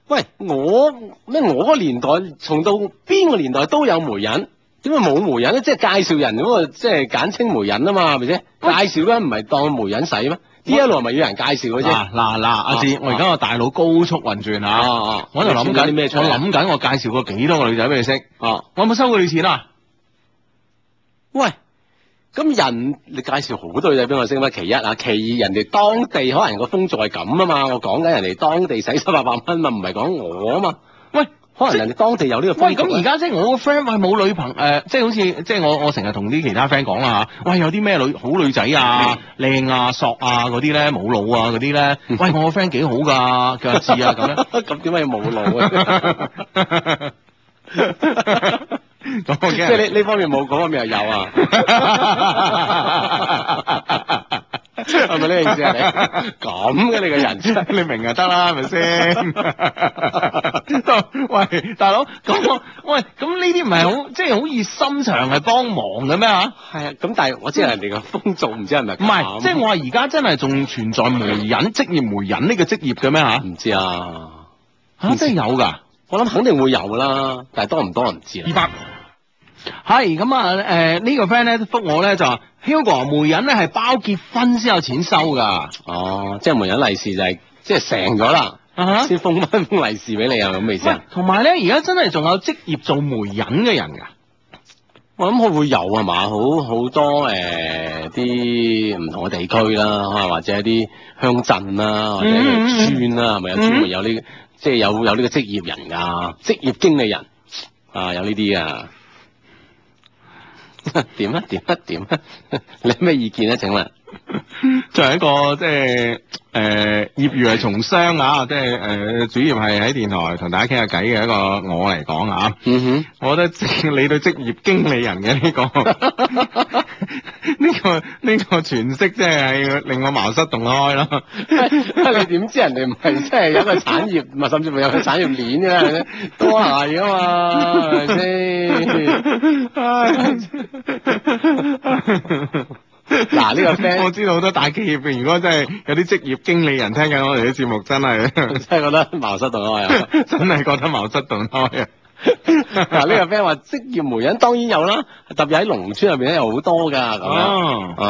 喂，我咩？我個年代從到邊個年代都有媒人，點解冇媒人咧？即係介紹人咁啊，即係簡稱媒人啊嘛，係咪先？介紹咧唔係當媒人使咩？D L 係咪要人介紹嘅啫？
嗱嗱嗱，阿志，
啊
我而家個大腦高速運轉
啊
啊！
啊！
我喺度諗
你選咗
緊
啲咩出
我
嚟啊
諗緊我介紹過幾多個女仔俾你識，
啊！
我有冇收過你錢啊？
喂，咁人你介紹好多女仔俾我識乜？其一啊，其二人哋當地可能個風俗係咁啊嘛，我講緊人哋當地使七八百蚊嘛，唔係講我啊嘛。
喂，
可能人哋當地有呢個風
喂，
俗啊。
咁而家即係我個 friend 喂冇女朋誒、即係好似即係我我成日同啲其他 friend 講啦嚇，喂有啲咩女好女仔啊、靚啊、索啊嗰啲咧冇腦啊嗰啲咧，喂我個 friend 幾好㗎，叫阿志啊咁 (laughs) 樣。
(laughs) 咁點解要冇腦
(laughs)
啊？
咁我
即
驚
係呢呢方面冇，嗰方面又有啊？係咪呢件事啊？你咁嘅你個人真係
你明就得啦，係咪先？ (laughs) 喂，大佬，咁我喂，咁呢啲唔係好，即係好熱心腸係幫忙嘅咩嚇？
係啊，咁但係我知人哋個風俗唔知係咪咁？
唔
啊
係，即係我話而家真係仲存在媒人職業媒人呢個職業嘅咩嚇？
唔知啊。
嚇，真係有㗎，
我諗肯定會有啦，但係多唔多唔知啦。啊
百。係咁啊！誒、呢、個 friend 咧覆我咧就話，Hugo 啊媒人咧係包結婚先有錢收㗎。
哦，即係媒人利是就係、即係成咗啦，
啊哈
先封翻封利是俾你啊，咁意思
喂
啊？，
同埋咧，而家真係仲有職業做媒人嘅人㗎。
我諗佢會有係嘛，好好多誒啲唔同嘅地區啦，可能或者一啲鄉鎮啦，或者一
嗯嗯嗯
啲村啦，係咪有
嗯
專門有呢、即係有有呢個職業人㗎，職業經理人啊，有呢啲啊。 (laughs) 點啊點啊點啊！ (laughs) 你有咩意見啊咧？請問
作為一個即係誒、呃、業餘係從商啊，即係誒、呃主要係喺電台同大家傾下偈嘅一個我嚟講啊，
嗯哼，
我覺得職 (laughs) 你對職業經理人嘅呢、 (laughs) 個呢、個呢、個詮釋，即係令我茅塞頓開啦。
(laughs) 你點知人哋唔係即係有一個產業，唔係甚至乎有個產業鏈嘅 (laughs) 係咪先都係噶啊嘛，係咪先？ (laughs) 嗱呢個
(laughs)
friend
我知道好多大企業，如果真係有啲職業經理人聽緊我哋啲節目，真係 (laughs)
真係覺得茅塞頓開啊！
真係覺得茅塞頓開啊！
(laughs) 嗱呢個 friend 話職業媒人當然有啦，特別喺農村入邊咧有好多㗎咁樣。
哦。
啊，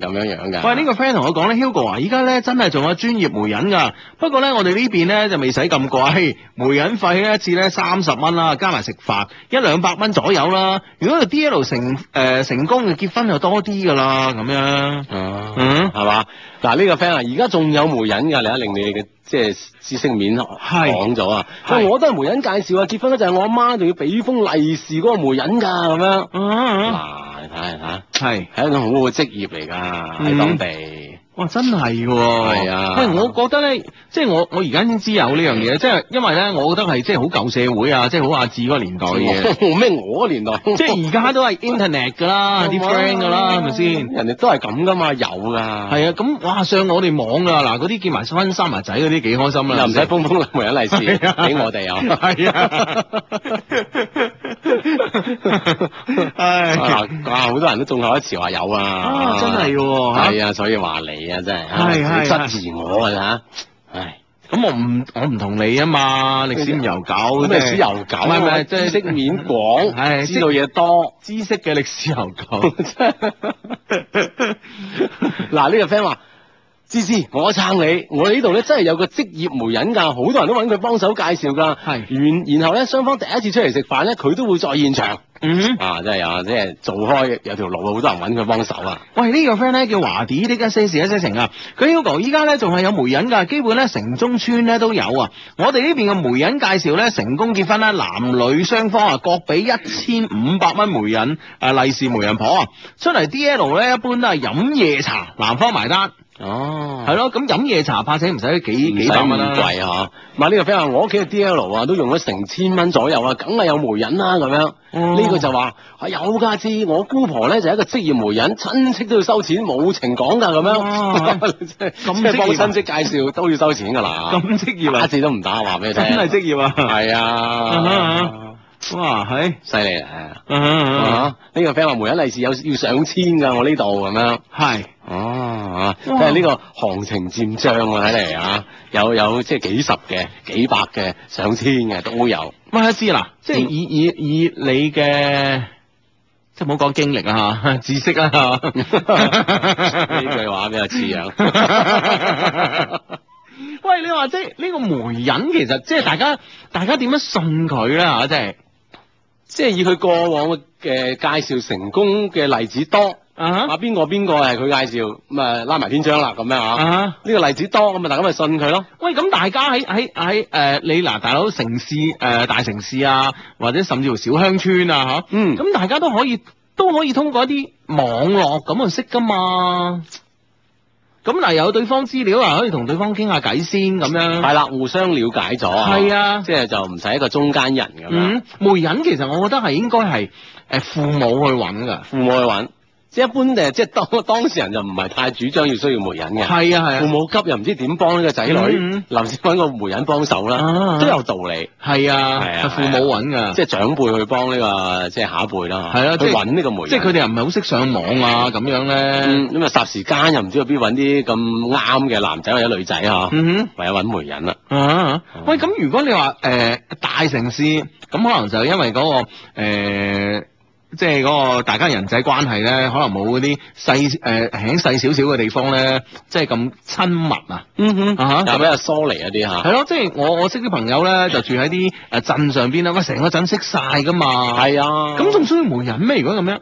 咁樣樣
(laughs)
㗎。
喂，呢、個 friend 同我講咧，Hugo 啊，依家咧真係仲有專業媒人㗎，不過咧我哋呢邊咧就未使咁貴，媒人費咧一次咧三十蚊啦，加埋食飯一兩百蚊左右啦。如果佢 D L 成誒、呃成功嘅結婚就多啲㗎啦，咁樣。
啊
嗯
係嘛？嗱呢個 friend 啊，而家仲有媒人㗎，你一令你嘅即係知識面
係
講咗啊。
係
喂，我都係媒人介紹啊，結婚嗰陣我阿媽仲要俾封利是嗰個媒人㗎咁樣。
嗯，
嗱，你睇下你睇下，
係。
係一種好好嘅職業嚟㗎，喺
嗯
當地。
哇！真係喎，
係啊
喂，我覺得咧，即係我我而家已經知有呢樣嘢，即係因為咧，我覺得係即係好舊社會啊，即係好阿志嗰個年代嘅，
冇咩我年代，
(laughs) 即係而家都係 internet 㗎
(laughs)
啦，啲 friend 㗎啦，係咪先？
人哋都係咁噶嘛，有噶，
係啊，咁哇上我哋網㗎嗱，嗰啲結埋婚生埋仔嗰啲幾開心啦，
又唔使封封兩人
(laughs)
利是
係啊
俾我
(laughs)
哋啊。
係啊，唉，
(laughs) 啊啊！好多人都眾口一詞話有啊，
啊真係喎嚇
係啊，所以話你啊，真係，
係係
你質疑我啊嚇，唉，
咁我唔我唔同你啊嘛，歷史唔悠久，
咁歷史
即係
悠久，
唔係唔係，即
啊知識
係 (laughs)
面廣，
係
知道嘢多。
知識嘅歷史悠久。
嗱呢個 friend 話：芝芝，我撐你，我哋呢度咧真係有個職業媒人㗎，好多人都揾佢幫手介紹㗎。
係
然然後咧，雙方第一次出嚟食飯咧，佢都會在現場。
(laughs) 嗯，
啊，真係啊，即係做開有條路啊，好多人揾佢幫手啊。
喂，呢、個 friend 咧叫華迪的一些事一些情啊，佢 Hugo 依家咧仲係有媒人㗎，基本咧城中村咧都有啊。我哋呢邊嘅媒人介紹咧成功結婚咧，男女雙方啊各俾一千五百蚊媒人誒、啊利是媒人婆啊，出嚟 D L 咧一般都係飲夜茶，男方埋單，
哦
係
係咯。
咯、咁飲夜茶怕啊且唔使幾
唔使
幾百
咁
蚊啦、
貴啊嚇，唔係呢個 friend 話我屋企嘅 D L 啊，都用咗成千蚊左右啊，梗係有媒人啦咁樣。
哦
呢個就話啊有㗎知，我姑婆咧就係一個職業媒人，親戚都要收錢，冇情講㗎咁
哇
樣， (laughs) 即係
哦咁
即係幫
職業啊
親戚介紹都要收錢㗎啦。
咁職業
打
啊，
字都唔打，話俾你聽。
(laughs) 真係職業啊，
係
啊
啊，
哇係，
犀利啊！
嗯嗯嗯
啊，呢個 friend 話媒人利是有要上千㗎，我呢度咁樣。
係。
哦，啊
哇
睇嚟呢個行情漸漲喎，睇嚟啊，有有即係幾十嘅、幾百嘅、上千嘅
(laughs)
都有。
喂，阿志啊嗱，即係以以以你嘅，即係唔好講經歷啊 (laughs) 嚇，知識啊嚇，
呢句話比較似樣。
喂，你話即係呢個媒人其實即係大家大家點樣信佢咧嚇？即係
即係以佢過往嘅介紹成功嘅例子多，
啊
啊邊個邊個係佢介紹，咁啊拉埋篇章啦咁樣啊。
啊！
呢個例子多，咁啊大家咪信佢咯。
喂，咁大家喺喺喺誒你嗱，大佬城市誒、呃大城市啊，或者甚至乎小鄉村啊嚇，
嗯
咁大家都可以都可以通過一啲網絡咁去識噶嘛。咁嗱，有對方資料啊，可以同對方傾下偈先咁樣。
係啦，啊互相了解咗。
係啊
即係就唔使一個中間人咁樣，
嗯，媒人其實我覺得係應該係誒父母去揾㗎。
父母去揾。即係一般誒，即係當當事人就唔係太主張要需要媒人嘅。
係啊
父
係啊，
母急又唔知點幫呢個仔女，
嗯
臨時揾個媒人幫手
啊
啦，都有道理。
係啊，
係啊
係父母揾㗎。
即係長輩去幫呢個即係下一輩啦，
係啊即
去
係
揾呢個媒人。
即係佢哋又唔係好識上網啊咁樣咧。
嗯咁啊，霎時間又唔知去邊揾啲咁啱嘅男仔或者女仔嚇，
嗯
唯有揾媒人啦。
哼，啊，
哦
喂，咁如果你話誒、呃大城市，咁可能就因為嗰、個、呃即係嗰個大家人際關係咧，可能冇嗰啲呃細誒輕細少少嘅地方咧，即係咁親密啊。
嗯
啊
又比較疏離一啲嚇。
係啊咯，即係我我識啲朋友咧，就住喺啲誒鎮上邊啦，喂，成個鎮識晒㗎嘛。
係啊，
咁仲需要媒人咩？如果咁樣，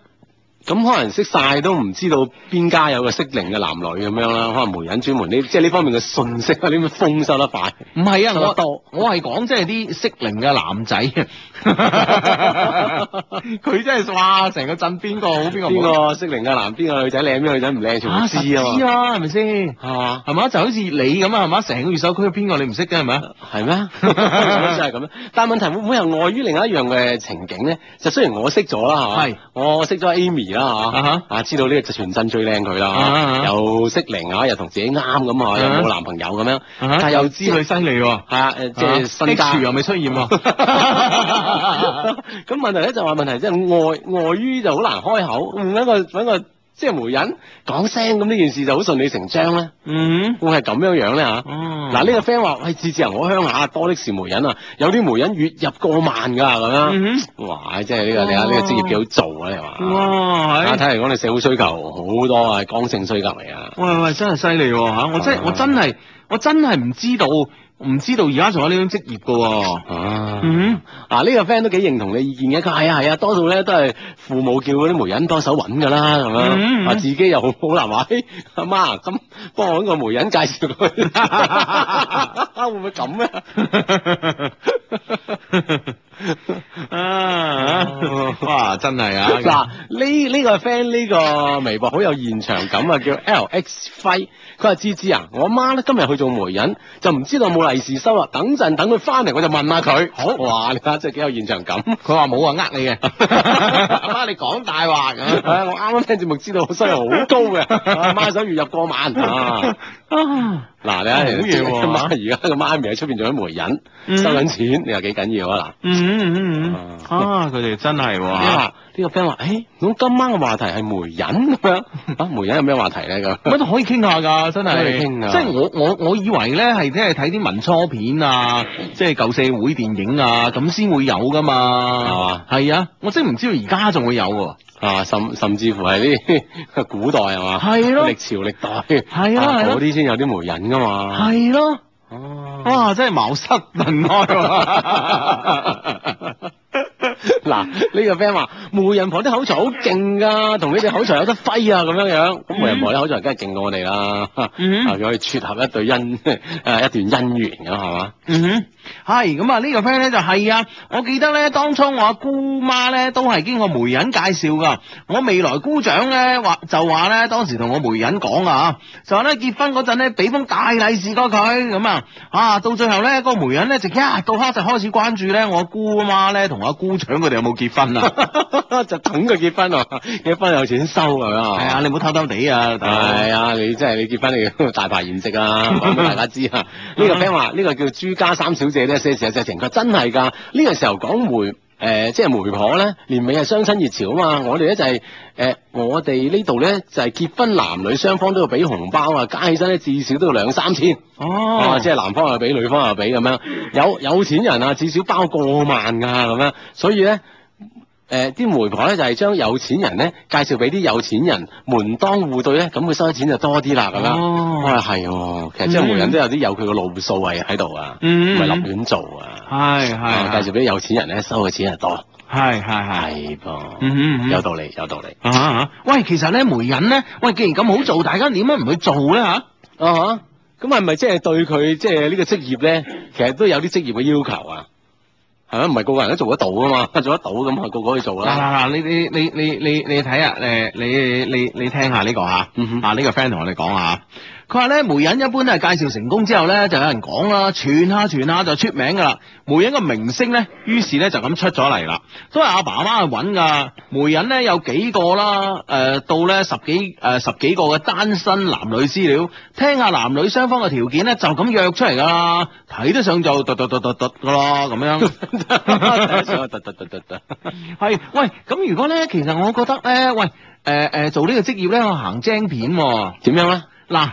咁可能識晒都唔知道邊家有個適齡嘅男女咁樣啦，可能媒人專門呢，即係呢方面嘅信息啊，呢啲風收得快。
唔係啊，
收得多
我我係講即係啲適齡嘅男仔，佢真係哇，成個鎮邊個好邊個
邊
唔好
個適齡嘅男，邊個女仔靚，邊個女仔唔靚，全部知啊
實知
嘛。啊
啦，係咪先？
係嘛？
係嘛？就好似你咁啊，係嘛？成個越秀區邊個你唔識嘅係咪啊？(laughs)
係咩？真係咁樣。但係問題會唔會係礙於另一樣嘅情景咧？就雖然我識咗啦，係
係
嘛？我識咗 Amy 啦，
啊哈
嚇啊，知道呢個全鎮最靚佢
啊哈啊
啦，
哈
又適齡啊，又同自己啱咁啊，又
啊哈
冇男朋友咁樣，
啊
但係又
知佢犀利喎，
係啊，誒，即係身
啊
家
，H
(laughs)
又未出現喎，
咁問題咧就話問題即係愛愛於就好難開口，嗯揾個揾個即係媒人講聲咁呢件事就好順理成章咧？
嗯，
會係咁樣樣咧嚇？
哦，
嗱呢個 friend 話：喂，志志啊，我鄉下多的是媒人啊，有啲媒人月入過萬㗎咁樣。
嗯
哇！真係呢個你睇呢個職業幾好做啊！你
哼，
話
哇，
啊，
係。
睇嚟講你社會需求好多啊，剛性需求嚟啊。
喂喂，真係犀利喎嚇！我真係我真係我真係唔知道，唔知道而家仲有呢種職業嘅喎。
啊，
嗯
啊呢、個 friend 都幾認同你意見嘅，佢話係啊係啊，多數咧都係父母叫嗰啲媒人幫手揾㗎啦，咁樣、
嗯嗯
啊自己又好難話，嘿阿媽咁幫我揾個媒人介紹佢，會唔會咁咧？
啊，哇！真係啊，
(laughs) 嗱，呢呢個 friend 呢個微博好有現場感啊，叫 L X 輝，佢話芝芝啊，我媽咧今日去做媒人，就唔知道有冇利是收啦，等陣等佢翻嚟我就問下佢。好，哇，你睇下真係幾有現場 (laughs) 感。
佢話冇啊，呃你嘅，阿媽你講大話
係
咁。
啊，我啱啱聽節目知道，收入好高嘅， (laughs) 阿媽想月入過 (laughs) 萬啊！嗱，你
好嘢
睇
喎
阿媽而家個媽咪喺出邊做緊媒人，
嗯
收緊錢，你話幾緊要啊？
嗯嗯嗯，啊，佢哋真係
嗱，你
喎。
話呢個 friend 話，誒，咁今晚嘅話題係媒人咁樣 (laughs) 啊？媒人有咩話題咧咁？
乜都可以傾下㗎，真
可以
係，
傾啊
即係我我我以為咧係即係睇啲文初片啊，即係舊社會電影啊，咁先會有㗎嘛，
係嘛？
係啊，我真係唔知道而家仲會有喎。
啊，甚甚至乎係啲 (laughs) 古代係嘛？
係咯
歷朝歷代
係啊
啊
係啊啊
嗰啲先有啲媒人噶嘛。
係咯，
哦
哇！真係茅塞頓開喎。
(laughs) 嗱，呢個 friend 話媒人婆啲口才好勁㗎，同你哋口才有得揮啊咁樣樣。咁媒人婆啲口才梗係勁過我哋啦，啊
嗯
佢可以撮 (laughs) 合一對姻誒一段姻緣㗎係嘛？ (laughs)
嗯哼，係咁啊！呢個 friend 咧就係啊，我記得咧當初我阿姑媽咧都係經過媒人介紹噶。我未來姑丈咧話就話咧當時同我媒人講啊，就話咧結婚嗰陣咧俾封大利是過佢咁啊，啊到最後咧個媒人咧就一啊到黑就開始關注咧我阿姑媽咧同我阿姑丈佢哋有冇結婚啊？ (laughs)
就等佢結婚啊，結婚有錢收咁樣啊。
係啊，你唔好偷偷地 (laughs) 啊，大佬
係啊，你真係你結婚你要大排筵席啊，講俾大家知啊。呢個 friend 話呢個叫朱家三小姐呢，一些事一些情，佢真係㗎。呢個時候講媒誒、呃即係媒婆咧，年尾係相親熱潮啊嘛。我哋咧就係、呃我哋呢度咧就係、結婚男女雙方都要俾紅包啊，加起身咧至少都要兩三千。
哦
啊，即係男方又俾，女方又俾咁樣，有有錢人啊，至少包過萬㗎咁樣，所以咧。誒啲、媒婆咧就係、將有錢人咧介紹俾啲有錢人，門當戶對咧，咁佢收嘅錢就多啲啦咁樣。
哦
啊係喎，其實即係
嗯
媒人都有啲有佢個路數係喺度啊，唔
嗯
係立亂做啊。
係係
啊介紹俾有錢人咧，收嘅錢係多。
係係係，
係噃、
嗯哼嗯哼
有道理有道理。
啊啊！喂，其實咧媒人咧，喂，既然咁好做，大家點解唔去做咧嚇？
啊咁係咪即係對佢即係呢個職業咧，其實都有啲職業嘅要求啊？係咪？唔係個個人都做得到噶嘛，做得到咁啊，個個去做
嗱嗱
啦。
嗱，你你你你你你睇下誒，你你你聽下呢個嚇，
嗯哼
啊呢個 friend 同我哋講下，佢話咧媒人一般都係介紹成功之後咧，就有人講啦，傳下傳下就出名噶啦。媒人個明星咧，於是咧就咁出咗嚟啦，都係阿爸阿媽去揾噶。媒人咧有幾個啦，誒、呃到咧十幾誒、十幾個嘅單身男女資料，聽下男女雙方嘅條件咧，就咁約出嚟噶啦，睇得上就突突突突突噶啦，咁
(laughs)
樣。 (laughs)
得得得得得，
係，喂，咁如果咧，其實我覺得咧，喂，誒、誒、做呢個職業咧，我行精片喎、
點樣咧？
嗱，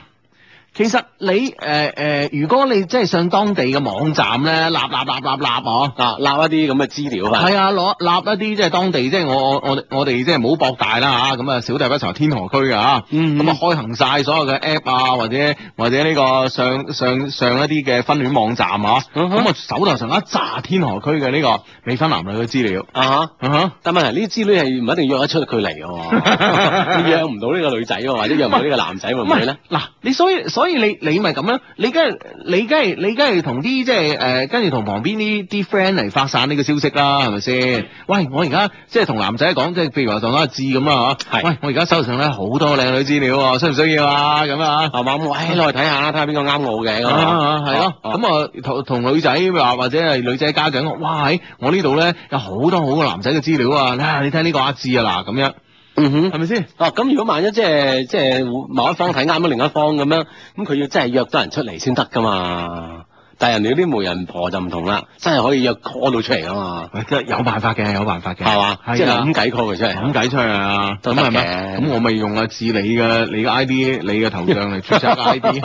其實你誒誒、如果你即係上當地嘅網站咧，立立立立立哦。
啊，立一啲咁嘅資料啊。
係啊，攞立一啲即係當地，即係我我我我哋即係冇博大啦嚇，咁啊小弟不才天河區嘅嚇，
嗯
咁啊開行晒所有嘅 app 啊，或者或者呢個上上上一啲嘅婚戀網站啊，
嗯
咁
哼
我手頭上一紮天河區嘅呢個未婚男女嘅資料，
啊哈
嗯哼。
但問題呢啲資料係唔一定約得出佢嚟嘅喎，你約唔到呢個女仔喎，或者約唔到呢個男仔會唔會咧？
嗱，你所以所以你你咪咁啦，你梗係你梗係你梗係同啲即係誒，跟住同旁邊啲啲 friend 嚟發散呢個消息啦，係咪先？喂，我而家即係同男仔講，即係譬如話同阿志咁啊嚇，
係
喂，我而家手上咧好多靚女資料喎，需唔需要啊？咁啊
係嘛？咁我誒落去睇下，睇下邊個啱我嘅咁
啊啊，係咯，
啊
咁啊同同女仔話或者係女仔家長講，哇喺我呢度咧有好多好嘅男仔嘅資料啊，嗱你睇呢個阿志啊嗱咁樣，
嗯哼
係。咪先？
哦，咁如果萬一即係即係某一方睇啱咗另一方咁樣，咁佢要真係約到人出嚟先得噶嘛，但係人哋嗰啲媒人婆就唔同啦，真係可以約 call 到出嚟噶嘛，
喂，即係有辦法嘅，有辦法嘅，
係嘛？即係
啊
諗計 call 佢出嚟
咁。計出去啊，
都
咁
得
係咪？
嘅
咁我咪用阿智你嘅你嘅 I D，你嘅頭
(laughs)
像嚟註冊 I D，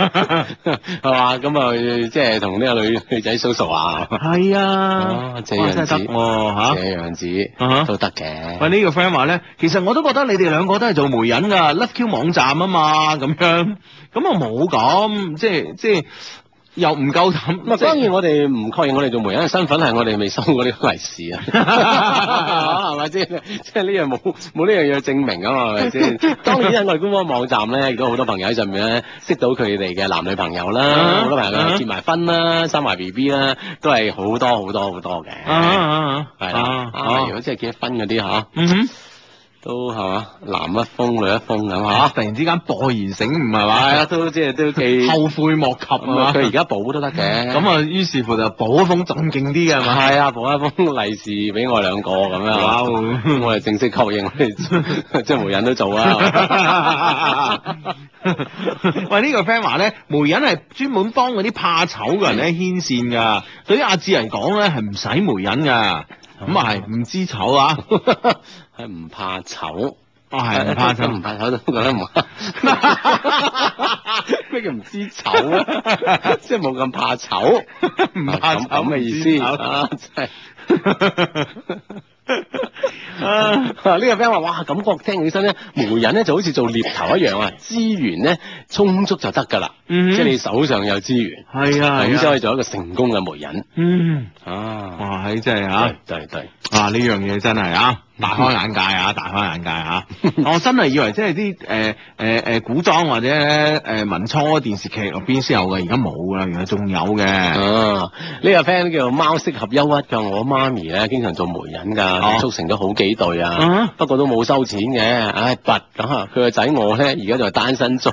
係嘛？咁啊，即係同呢個女女仔 social 啊，
係
哦
啊，
這樣
哇真係得
子
喎
這
哦嚇。
樣子
啊哈
都得嘅。
喂，呢個 friend 話咧，其實我都覺得你哋兩個都係做媒人㗎，Love Q 網站啊嘛，咁樣，咁我冇咁，即係即係又唔夠膽，
咁啊，
即係
當然我哋唔確認我哋做媒人嘅身份係我哋未收過呢個利是
(laughs)
啊，係咪先？即係呢樣冇冇呢樣嘢證明啊嘛，係咪
(laughs)
先？當然喺我哋官方網站咧，亦都好多朋友喺上面咧識到佢哋嘅男女朋友啦，
啊
好多朋友
啊
結埋婚啦，生埋 B B 啦，都係好多好多好多嘅。
啊啊啊
係啦
啊，
啊
啊
如果真係結咗婚嗰啲嚇，
嗯哼。
都係嘛，男一封女一封咁
啊！
嚇，
突然之間勃然醒悟係
係啊，
嘛？
都即係都幾
後悔莫及係
咁啊
嘛？
佢而家補都得嘅。
咁啊，於是乎就補一封仲勁啲嘅係嘛？
係啊，補一封利是俾我兩個咁樣
哇
(laughs) 啊！咁我哋正式確認我哋 (laughs) 即係媒人都做
(laughs)
啊！
(laughs) 喂，呢、個 friend 話咧，媒人係專門幫嗰啲怕醜嘅人
嗯
咧牽線㗎。對於阿志嚟講咧，係唔使媒人㗎。咁
哦
啊係唔知醜
(laughs)
啊，
係唔怕醜，
啊係唔怕
(laughs) 唔
醜。
怕醜都覺得唔啱咩叫唔知醜啊？即係冇咁怕醜，
(laughs) 唔怕
咁
醜
咁嘅
唔
意
知
思
醜
啊！真係。
啊
呢個 friend 話：哇，感覺聽起身咧，媒人咧就好似做獵頭一樣啊，資源咧充足就得㗎啦，
嗯
即係你手上有資源，
係啊，
咁
係
先可
啊
以做一個成功嘅媒人
嗯，
啊！
哇，係真係啊
對。對對，
啊！呢樣嘢真係啊，大開眼界啊，大開眼界啊！我真係以為即係啲誒誒誒古裝或者誒、呃民初電視劇入邊先有嘅，而家冇啦，原來仲有
(laughs)
嘅。
啊，呢個 friend 叫貓適合憂鬱㗎，我媽咪咧經常做媒人㗎，
哦
促成咗好幾對啊
啊，
不過都冇收錢嘅，唉，拔咁啊！佢個仔我咧而家就係單
(laughs)
身中，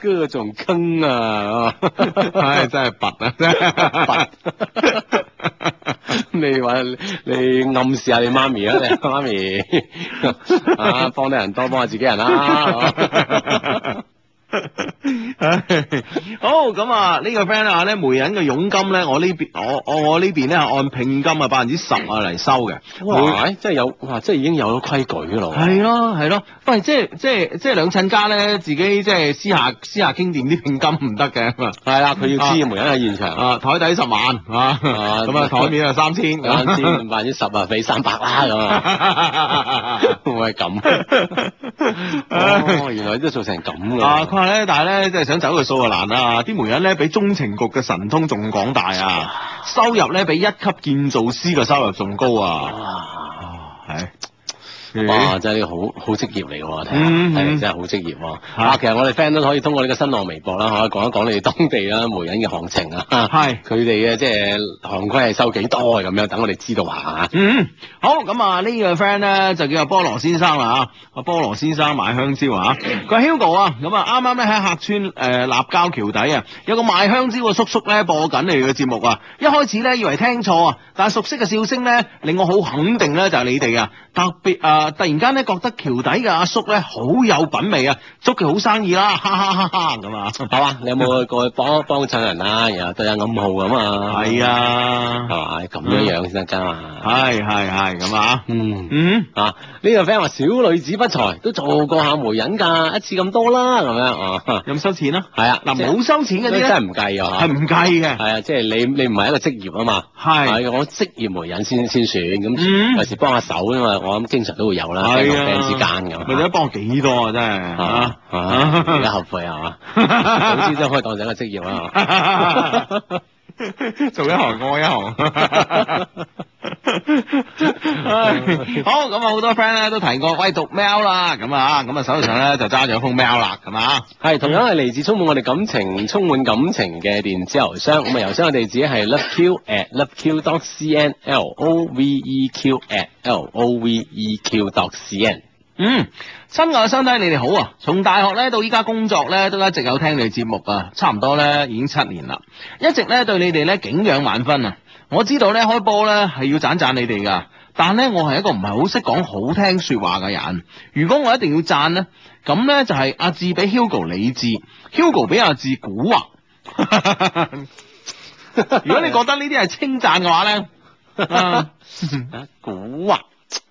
各種坑啊！ (laughs)
唉，真係拔啊！真係拔。
你話你暗示下你媽咪啊，
(laughs)
你媽咪 (laughs) 啊，幫得人多，幫下自己
(laughs)
人啦、
好咁啊！呢、個 friend 話咧，媒人嘅佣金咧，我呢邊我我我呢邊咧係按聘金啊，百分之十啊嚟收嘅。
哇！即係有哇，即係已經有咗規矩咯。
係啊咯係咯，喂，即係即係即係兩親家咧，自己即係私下私下傾掂啲聘金唔得嘅
係啦，佢要知媒人喺現場，
啊，台底十萬啊，咁啊台面啊三千，
兩
(laughs)
千百分之十啊，俾三百啦咁啊，
(laughs)
會唔會係咁？
啊
哦，原來都做成咁㗎。
啊！佢話咧，但係咧，即係想走嘅數就啊難啦。啲媒人咧，比中情局嘅神通仲廣大啊，收入咧比一級建造師嘅收入仲高啊。
哇
係。啊
哇！真係好好職業嚟喎，睇下
嗯嗯
係真係好職業喎。
係
啊，其實我哋 friend 都可以通過呢個新浪微博啦，可以講一講你哋當地啦媒人嘅行情啊，
係
佢哋嘅即係行規係收幾多咁樣，等我哋知道下。
嗯，好咁啊！呢個 friend 咧就叫阿菠蘿先生啦啊，阿菠蘿先生買香蕉啊，佢話 Hugo 啊，咁啊啱啱咧喺客村誒、呃立交橋底啊，有個賣香蕉嘅叔叔咧播緊你哋嘅節目啊，一開始咧以為聽錯啊，但係熟悉嘅笑聲咧令我好肯定咧就係你哋啊，特別啊、突然間咧覺得橋底嘅阿叔咧好有品味啊，祝佢好生意啦， (laughs) 哈哈哈哈咁啊，
好啊，你有冇過去
(laughs)
幫幫襯人啊？然後對下暗號咁啊？
係，
係
啊，
嘛？咁樣樣先得㗎嘛。
係係係咁啊，
嗯。
嗯。
啊！呢、個 friend 話小女子不才，都做過下媒人㗎，一次咁多啦，咁樣哦，
有冇收錢啊？
係啊，
嗱，
即係
冇收錢嗰啲
真
咧，
係唔計啊，
係唔計嘅。
係啊，即係你你唔係一個職業啊嘛，
係
係我職業媒人先先算咁，
嗯
有時幫下手因嘛，我諗經常都會有啦，friend 同 friend 之間
啊咪
咁
得幫我幾多啊？真係
啊啊，啊而家後悔係嘛，總之都可以當成一個職業啦。係嘛 (laughs)
啊！做一行愛一行。唉好咁啊！好多 friend 咧都提過，喂讀 mail 啦，咁啊咁啊手頭上咧就揸住一封 mail 啦，咁啊
係同樣係嚟自充滿我哋感情、充滿感情嘅電子郵箱，咁啊郵箱嘅地址係 loveq at loveq dot cn l o v e q at l o v e q dot cn。
嗯，親愛嘅兄弟，你哋好啊！從大學咧到依家工作咧，都一直有聽你哋節目啊，差唔多咧已經七年啦，一直咧對你哋咧景仰萬分啊！我知道咧開波咧係要讚讚你哋噶，但咧我係一個唔係好識講好聽説話嘅人。如果我一定要讚咧，咁咧就係阿志比 Hugo 理智，Hugo 比阿志古惑。 (laughs) 如果你覺得呢啲係稱讚嘅話咧，啊
啊，古惑，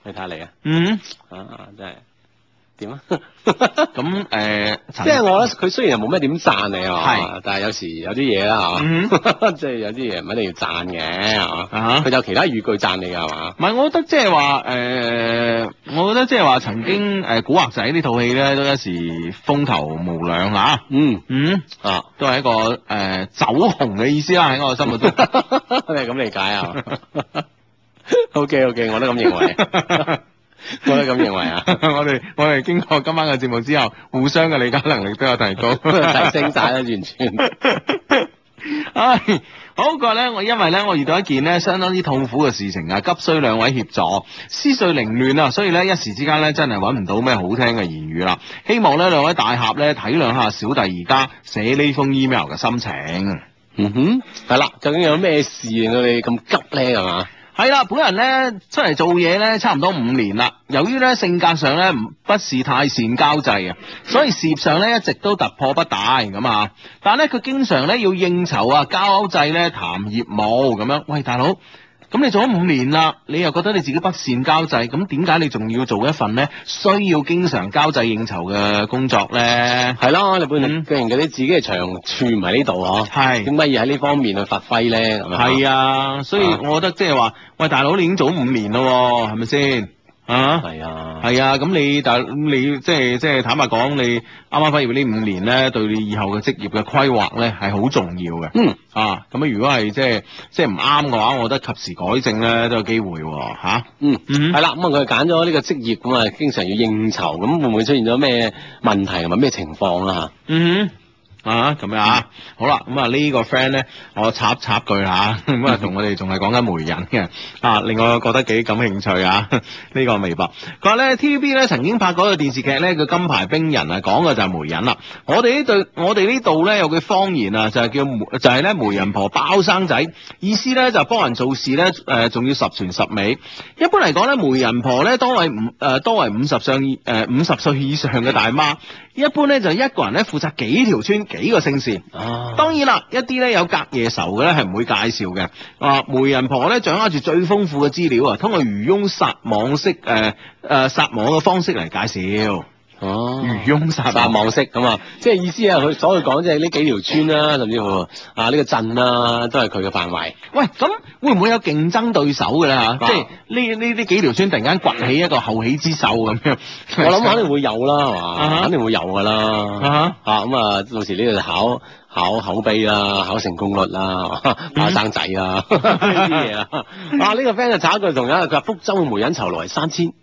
你睇下你啊，
嗯，
啊真係點 (laughs) 啊？
咁呃誒，
即係我覺得佢雖然係冇咩點讚你啊
係，
但係有時有啲嘢啦
嗯
嚇， (laughs) 即係有啲嘢唔一定要讚嘅係嘛
啊，
佢有其他語句讚你㗎係嘛？
唔係，我覺得即係話誒，我覺得即係話曾經誒《古惑仔》呢套戲咧，都一時風頭無兩啊，
嗯
嗯，
啊，
都係一個誒、走紅嘅意思啦，喺我心目中。
(laughs) 你係咁理解啊？O K O K，我都咁認為， (laughs) 我都咁認
(laughs)
為啊。
我哋我哋經過今晚嘅節目之後，互相嘅理解能力都有提高， (laughs)
提升晒啦，完全。
唉，好佢話咧，我因為咧，我遇到一件咧相當之痛苦嘅事情啊，急需兩位協助，思緒凌亂啊，所以咧一時之間咧真係揾唔到咩好聽嘅言語啦。希望咧兩位大俠咧體諒下小弟而家寫呢封 email 嘅心情。
嗯哼，係啦，究竟有咩事令到你咁急咧？係嘛？
係啦，本人咧出嚟做嘢咧，差唔多五年啦。由於咧性格上咧唔不是太善交際啊，所以事業上咧一直都突破不大咁啊。但係咧佢經常咧要應酬啊、交際咧、談業務咁樣。喂，大佬，咁你做咗五年啦，你又覺得你自己不善交際，咁點解你仲要做一份咧需要經常交際應酬嘅工作咧？
係咯，你本身
嗯
既然嗰啲自己嘅長處唔喺呢度嗬，
係
點解要喺呢方面去發揮咧？咁啊，
係啊，所以
啊
我覺得即係話，喂，大佬，你已經做咗五年咯喎，係咪先啊？
係啊，
係啊，咁你但咁你即係即係坦白講，你啱啱畢業呢五年咧，對你以後嘅職業嘅規劃咧係好重要嘅。
嗯，
啊，咁啊，如果係即係即係唔啱嘅話，我覺得及時改正咧都有機會喎、吓
嗯。
嗯
係啦，咁啊佢揀咗呢個職業咁啊，經常要應酬，咁會唔會出現咗咩問題同埋咩情況啊啦？
嗯哼啊，咁樣啊，好啦，咁啊呢個 friend 咧，我插插句啦嚇，咁啊同我哋仲係講緊媒人嘅，啊令我覺得幾感興趣啊，呢個微博，佢話咧 TVB 咧曾經拍過一個電視劇咧叫《金牌冰人》啊，講嘅就係媒人啦。我哋呢對，我哋呢度咧有句方言啊，就係叫媒就係咧媒人婆包生仔，意思咧就係幫人做事咧，誒仲要十全十美。一般嚟講咧，媒人婆咧多為五誒多為五十上以誒五十歲以上嘅大媽，一般咧就一個人咧負責幾條村幾個姓氏。
啊，
當然啦，一啲咧有隔夜仇嘅咧係唔會介紹嘅。啊，媒人婆咧掌握住最豐富嘅資料啊，通過漁翁撒網式誒誒撒網嘅方式嚟介紹。
哦，
漁翁撒
撒
網。
網式咁 (laughs) 啊，即係意思啊，佢所謂講即係呢幾條村啦，甚至乎啊呢個鎮啦，都係佢嘅範 (laughs) 圍。
喂，咁會唔會有競爭對手嘅咧嚇？
啊
即係呢呢呢幾條村突然間崛起一個後起之秀咁樣。(laughs)
我諗肯定會有啦，係嘛？
哈
肯定會有㗎啦。
啊
啊咁啊，到時呢度就考考口碑啦，考成功率 (laughs) 啦，考生仔 (laughs) 啦，呢啲嘢啦。啊呢個 friend 就炒一句同樣，佢話福州嘅媒人酬勞係三千。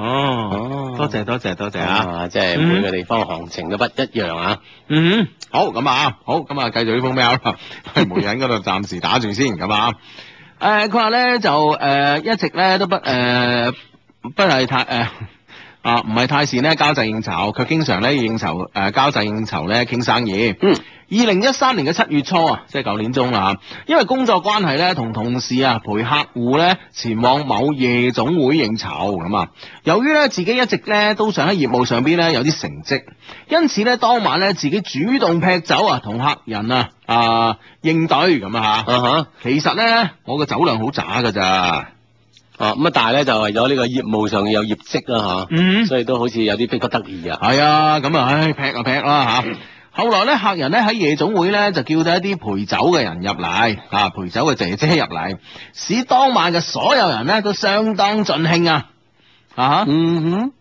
哦，多謝多謝多謝啊！
啊，即係每個地方行情都不一樣啊。
嗯，好咁啊，好咁啊，繼續呢封 mail
(laughs)
啦，去媒人嗰度暫時打住先咁啊。誒，佢話咧就誒、一直咧都不誒、呃不係太誒。 (laughs) 啊，唔係太善咧交際應酬，佢經常咧應酬誒、交際應酬咧傾生意。
嗯
二零一三年嘅七月初啊，即係舊年中啦嚇，因為工作關係咧，同同事啊陪客戶咧前往某夜總會應酬咁啊。由於咧自己一直咧都想喺業務上邊咧有啲成績，因此咧當晚咧自己主動劈酒啊，同客人啊啊應對咁啊嚇。
啊哈。
其實咧我個酒量好渣㗎咋，
啊咁啊，但係咧就為咗呢個業務上有業績啦嚇，
嗯
所以都好似有啲迫不得已啊。
係啊，咁啊，唉，劈啊劈啦嚇。後來咧，客人咧喺夜總會咧就叫到一啲陪酒嘅人入嚟，啊陪酒嘅姐姐入嚟，使當晚嘅所有人咧都相當盡興啊！啊
嗯哼。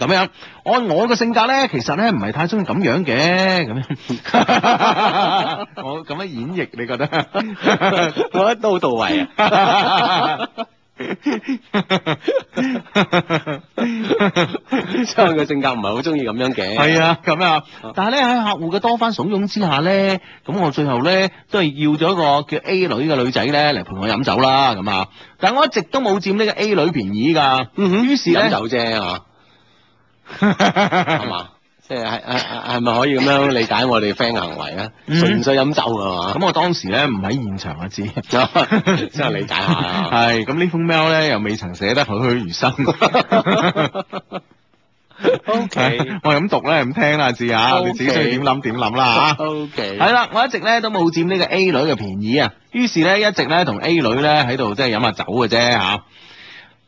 咁樣，按我嘅性格咧，其實咧唔係太中意咁樣嘅，咁樣我咁樣演繹，你覺得？
(laughs)
(laughs)
我覺得都好到位啊！ (laughs) 所以佢性格唔係好中意咁樣嘅。
係啊，咁啊，但係咧喺客戶嘅多番慫恿之下咧，咁我最後咧都係要咗個叫 A 女嘅女仔咧嚟陪我飲酒啦，咁啊，但我一直都冇佔呢個 A 女便宜㗎，於是
嗯飲
咧， (laughs)
酒啫嚇，啊係嘛？即係係係係係咪可以咁樣理解我哋 friend 嘅行為啊？
嗯
純粹飲酒㗎嘛？
咁我當時咧唔喺現場啊，知。
咁 (laughs) 真係理解下啊！
係
(laughs)
咁呢封 mail 咧又未曾寫得栩栩如生。
O O K
(laughs) 我係咁讀咧，咁聽啦，知啊，你自己中意點諗點諗啦啊嚇。
O K，
係啦，我一直咧都冇佔呢個 A 女嘅便宜啊，於是咧一直咧同 A 女咧喺度即係飲下酒嘅啫嚇。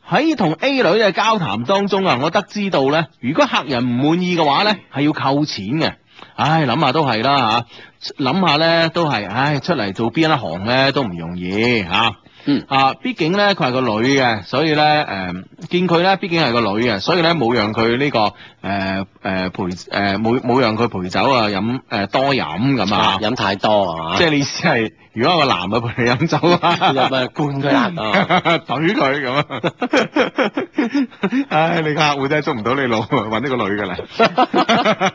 喺同 A 女嘅交談當中啊，我得知到咧，如果客人唔滿意嘅話咧，係要扣錢嘅。唉，諗下都係啦嚇，諗下咧都係，唉，出嚟做邊一行咧都唔容易嚇。
嗯
啊，畢竟咧佢係個女嘅，所以咧誒、見佢咧，畢竟係個女嘅，所以咧冇讓佢呢、個誒誒陪誒冇冇讓佢陪酒啊飲誒、多飲咁啊，
飲太多啊，
即係你意思係如果有個男嘅陪你飲酒啊，
入 (laughs) 啊灌佢人啊。
懟佢咁啊！唉，你個客户真係捉唔到你老，揾呢個女㗎啦。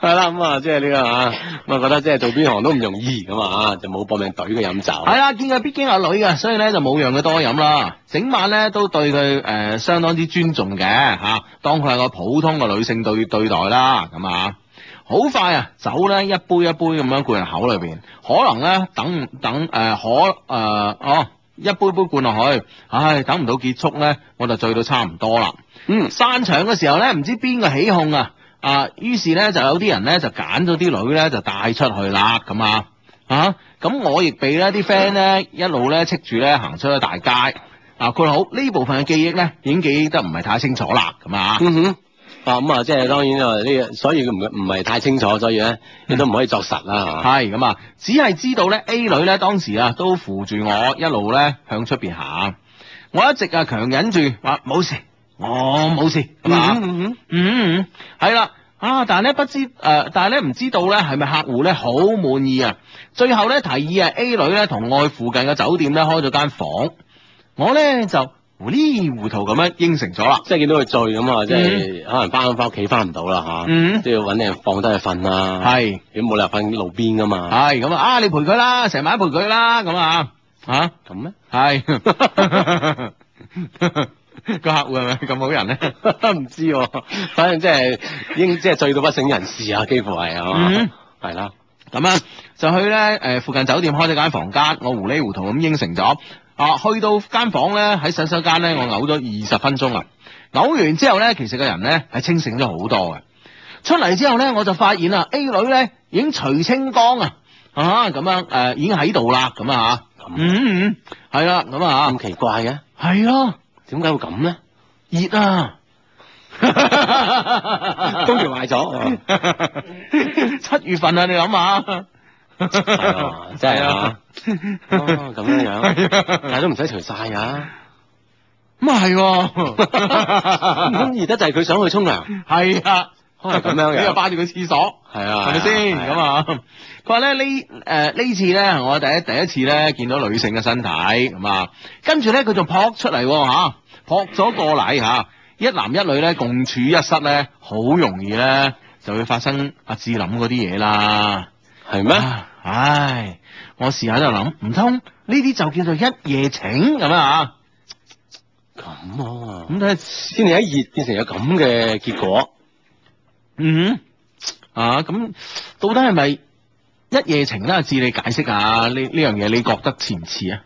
係啦，咁啊，即係呢個啊，咁啊覺得即係做邊行都唔容易咁啊，就冇搏命懟佢飲酒。
係啦，見佢畢竟有女嘅，所以咧就冇讓佢多飲啦。整晚咧都對佢誒、呃相當之尊重嘅嚇、啊，當佢係個普通嘅女性對對待啦，咁啊。好快啊！酒咧一杯一杯咁樣灌入口裏邊，可能咧等等誒、呃可誒、呃哦一杯杯灌落去，唉等唔到結束咧，我就醉到差唔多啦。
嗯，
散場嘅時候咧，唔知邊個起哄啊，啊，於是咧就有啲人咧就揀咗啲女咧就帶出去啦，咁啊，啊，咁我亦被呢啲 friend 咧一路咧戚住咧行出咗大街，啊，佢好呢部分嘅記憶咧已經記憶得唔係太清楚啦，咁啊，
嗯哼。啊咁啊，即係當然啊，呢個所以佢唔唔係太清楚，所以咧亦都唔可以作實啦，係嘛？
係咁啊，只係知道咧 A 女咧當時啊都扶住我一路咧向出邊行，我一直啊強忍住話冇事，我冇事咁啊。
嗯
嗯，係啦。啊！但係咧不知誒、呃但係咧唔知道咧係咪客戶咧好滿意啊？最後咧提議啊 A 女咧同我去附近嘅酒店咧開咗間房，我咧就糊里糊塗咁樣應承咗啦。
即係見到佢醉咁啊，即係可能翻翻屋企翻唔到啦嚇，
嗯
都要揾人放低佢瞓啦。
係
你冇理由瞓路邊噶嘛？
係咁啊！啊，你陪佢啦，成晚陪佢啦，咁啊啊
咁咩？ (laughs)
係個客戶係咪咁好人咧？
唔知喎，反正即係應 (laughs) 即係醉到不省人事啊，幾乎係係
嗯
嘛？係啦，
咁啊，就去咧誒、呃附近酒店開咗間房間，我糊里糊塗咁應承咗。啊，去到間房咧，喺洗手間咧，我嘔咗二十分鐘啊！嘔完之後咧，其實個人咧係清醒咗好多嘅。出嚟之後咧，我就發現啊，A 女咧已經除清光啊！啊，咁樣誒、呃已經喺度啦，咁啊嚇
咁，
嗯嗯，係啦，咁啊
咁奇怪嘅，
嚇，係咯，
點解會
(laughs)
咁咧？
熱啊！ (laughs)
工具壞咗，
七月份啊，你諗下，
(laughs) 係啊真係啊哦咁
(laughs)
樣樣，
啊
但係都唔使除晒啊㗎，
咁啊係喎，
咁熱得就係佢想去沖涼，
係啊，
可能咁樣嘅
你又霸住個廁所，
係
(laughs)
啊，
係咪先咁
啊？
啊？佢話咧呢誒呢次咧，我第一第一次咧見到女性嘅身體咁啊，跟住咧佢仲撲出嚟喎嚇，撲咗過嚟嚇，一男一女咧共處一室咧，好容易咧就會發生阿志諗嗰啲嘢啦。
係咩？
啊唉，我時喺度諗，唔通呢啲就叫做一夜情咁啊？
咁啊，
咁睇，
先至一熱變成有咁嘅結果，
嗯，啊，咁到底係咪一夜情咧？阿志，你解釋下呢呢樣嘢，你覺得似唔似啊？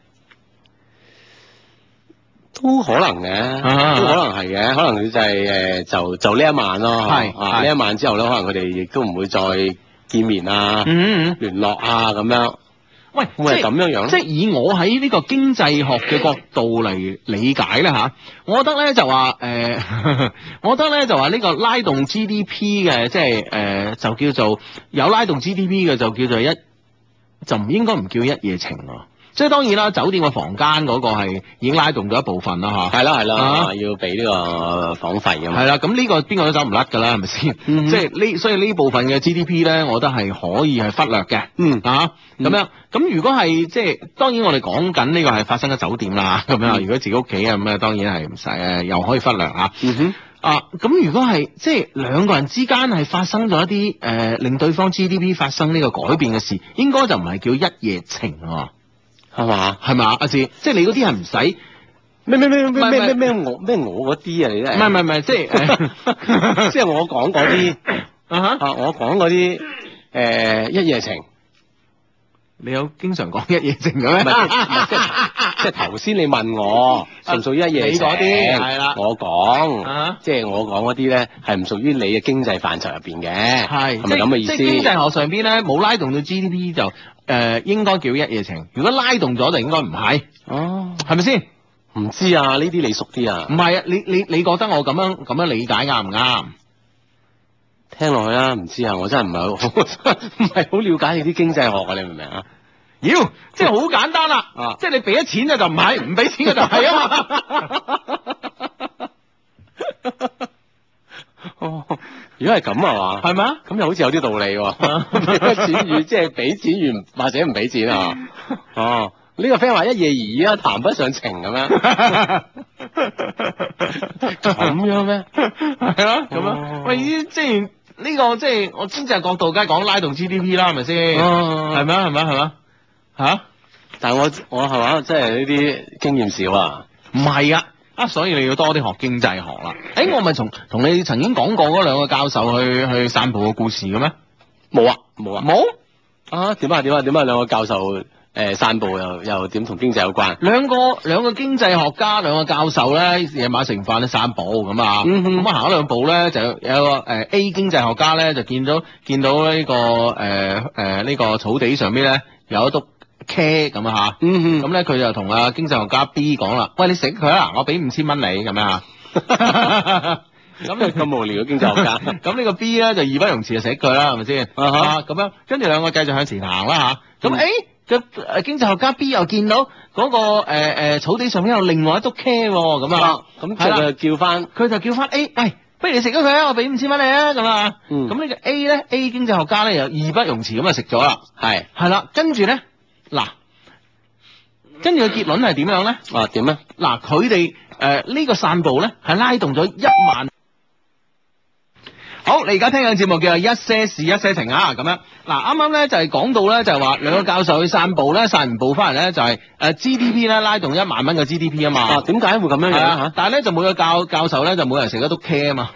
都可能嘅，
啊
都可能係嘅，可能佢就係誒呃就就呢一晚咯，
係
啊
係
呢一晚之後咧，可能佢哋亦都唔會再見面啊。
嗯，嗯
聯絡啊咁樣，
喂，
會係
即係
咁樣樣
即
咯。
係以我喺呢個經濟學嘅角度嚟理解咧吓，我覺得咧就話誒、呃 (laughs) 我覺得咧就話呢個拉動 GDP 嘅，即係誒、呃就叫做有拉動 GDP 嘅就叫做一，就唔應該唔叫一夜情喎。即係當然啦，酒店嘅房間嗰個係已經拉動咗一部分啦吓。
係啦係
啊
啦，要俾呢個房費㗎嘛。
係啦，咁呢個邊個都走唔甩㗎啦，係咪先？
嗯哼
即係呢，所以呢部分嘅 GDP 咧，我覺得係可以係忽略嘅。
嗯
啊，咁樣咁如果係即係當然我哋講緊呢個係發生喺酒店啦， (laughs) 咁樣
嗯
如果自己屋企啊咁啊，當然係唔使誒，又可以忽略啊。
嗯
啊，咁如果係即係兩個人之間係發生咗一啲誒、呃令對方 GDP 發生呢個改變嘅事，應該就唔係叫一夜情喎，
哼，係嘛？
係咪啊？阿志，即係你嗰啲係唔
(laughs)
使。
咩咩
咩
咩
咩
咩我咩我嗰啲啊你
唔
真
係唔係唔係，即係
係，即係我講嗰啲
(laughs) 啊哈
呃啊，我講嗰啲誒一夜情
你有經常講一夜情嘅咩？ (laughs)
唔係即係唔係即係 (laughs) 即係頭先你問我屬唔屬於一夜
啊你
情
嗰啲係啦
我講
啊
即係我講嗰啲咧係唔屬於你嘅經濟範疇入邊嘅，
係
係咪
即
咁嘅
即係經
意思？
濟學上邊咧冇拉動到 GDP 就誒、呃、應該叫一夜情，如果拉動咗就應該唔係，
哦，
係咪先？
唔知啊，呢啲你熟啲啊
唔，係啊，你你你覺得我咁樣咁樣理解啱唔啱？
聽落去啦，唔知啊，我真係唔係好 (laughs) 唔係好了解你啲經濟學啊，你明唔明啊？
妖，即係好簡單啦，
啊
即係你俾咗錢嘅就唔係，唔俾錢嘅就係啊
(laughs)
嘛。
哦如果係咁啊嘛，
係咪啊？
咁又好似有啲道理
(laughs)
喎，俾咗錢與即係俾錢與唔或者唔俾錢啊？哦，呢個 friend 話一夜而已啊，談不上情咁
(laughs)
樣。咁樣咩？
係啊，咁啊
哦，
喂，呢即係呢個即係我經濟角度，梗係講拉動 GDP 啦，係咪先？
哦
係
係，
咪啊？係咪啊？係咪啊？嚇？
但係我我係嘛，即係呢啲經驗少啊。
唔係啊，啊，所以你要多啲學經濟學啦。誒、我咪從同你曾經講過嗰兩個教授去去散步嘅故事嘅咩？
冇啊，冇啊。
冇，
啊，點啊點啊點啊！兩個教授誒散步又又點同經濟有關？
兩個兩個經濟學家，兩個教授咧，夜晚食完飯咧散步咁啊，
嗯哼
咁啊行咗兩步咧，就有有個誒、呃 A 經濟學家咧，就見到見到呢、個誒誒呢個草地上邊咧有一篤茄咁啊嚇。
嗯
咁咧佢就同啊經濟學家 B 講啦，喂你食佢啊，我俾五千蚊你咁樣 (laughs) 啊。
咁 (laughs) 咁無聊嘅經濟學家。
啊咁呢個 B 咧就義不容辭就食佢啦，係咪先？
啊哈嗯
啊咁樣，跟住兩個繼續向前行啦吓，咁誒呃個誒經濟學家 B 又見到嗰個誒誒草地上面有另外一篤茄喎， (laughs) 咁啊
啊，咁
係啦，
就叫翻
佢就叫翻 A，喂，不如你食咗佢啊，我俾五千蚊你啊，咁啊，
嗯
咁呢個 A 咧 A 經濟學家咧又義不容辭咁啊食咗啦，
係
係啦，跟住咧嗱，跟住個結論係點樣咧？
啊點咧？
嗱，佢哋誒呢個散步咧，係拉動咗一萬。好，你而家聽緊嘅節目叫做《一些事一些情》啊，咁樣嗱，啱啱咧就係講到咧，就係話兩個教授去散步咧，散完步翻嚟咧就係呃誒 GDP 咧拉動一萬蚊嘅 GDP 啊
啊
嘛，
點解會咁樣樣
係啊
啊，
但係咧就每個教教授咧就每人食一篤茄啊嘛，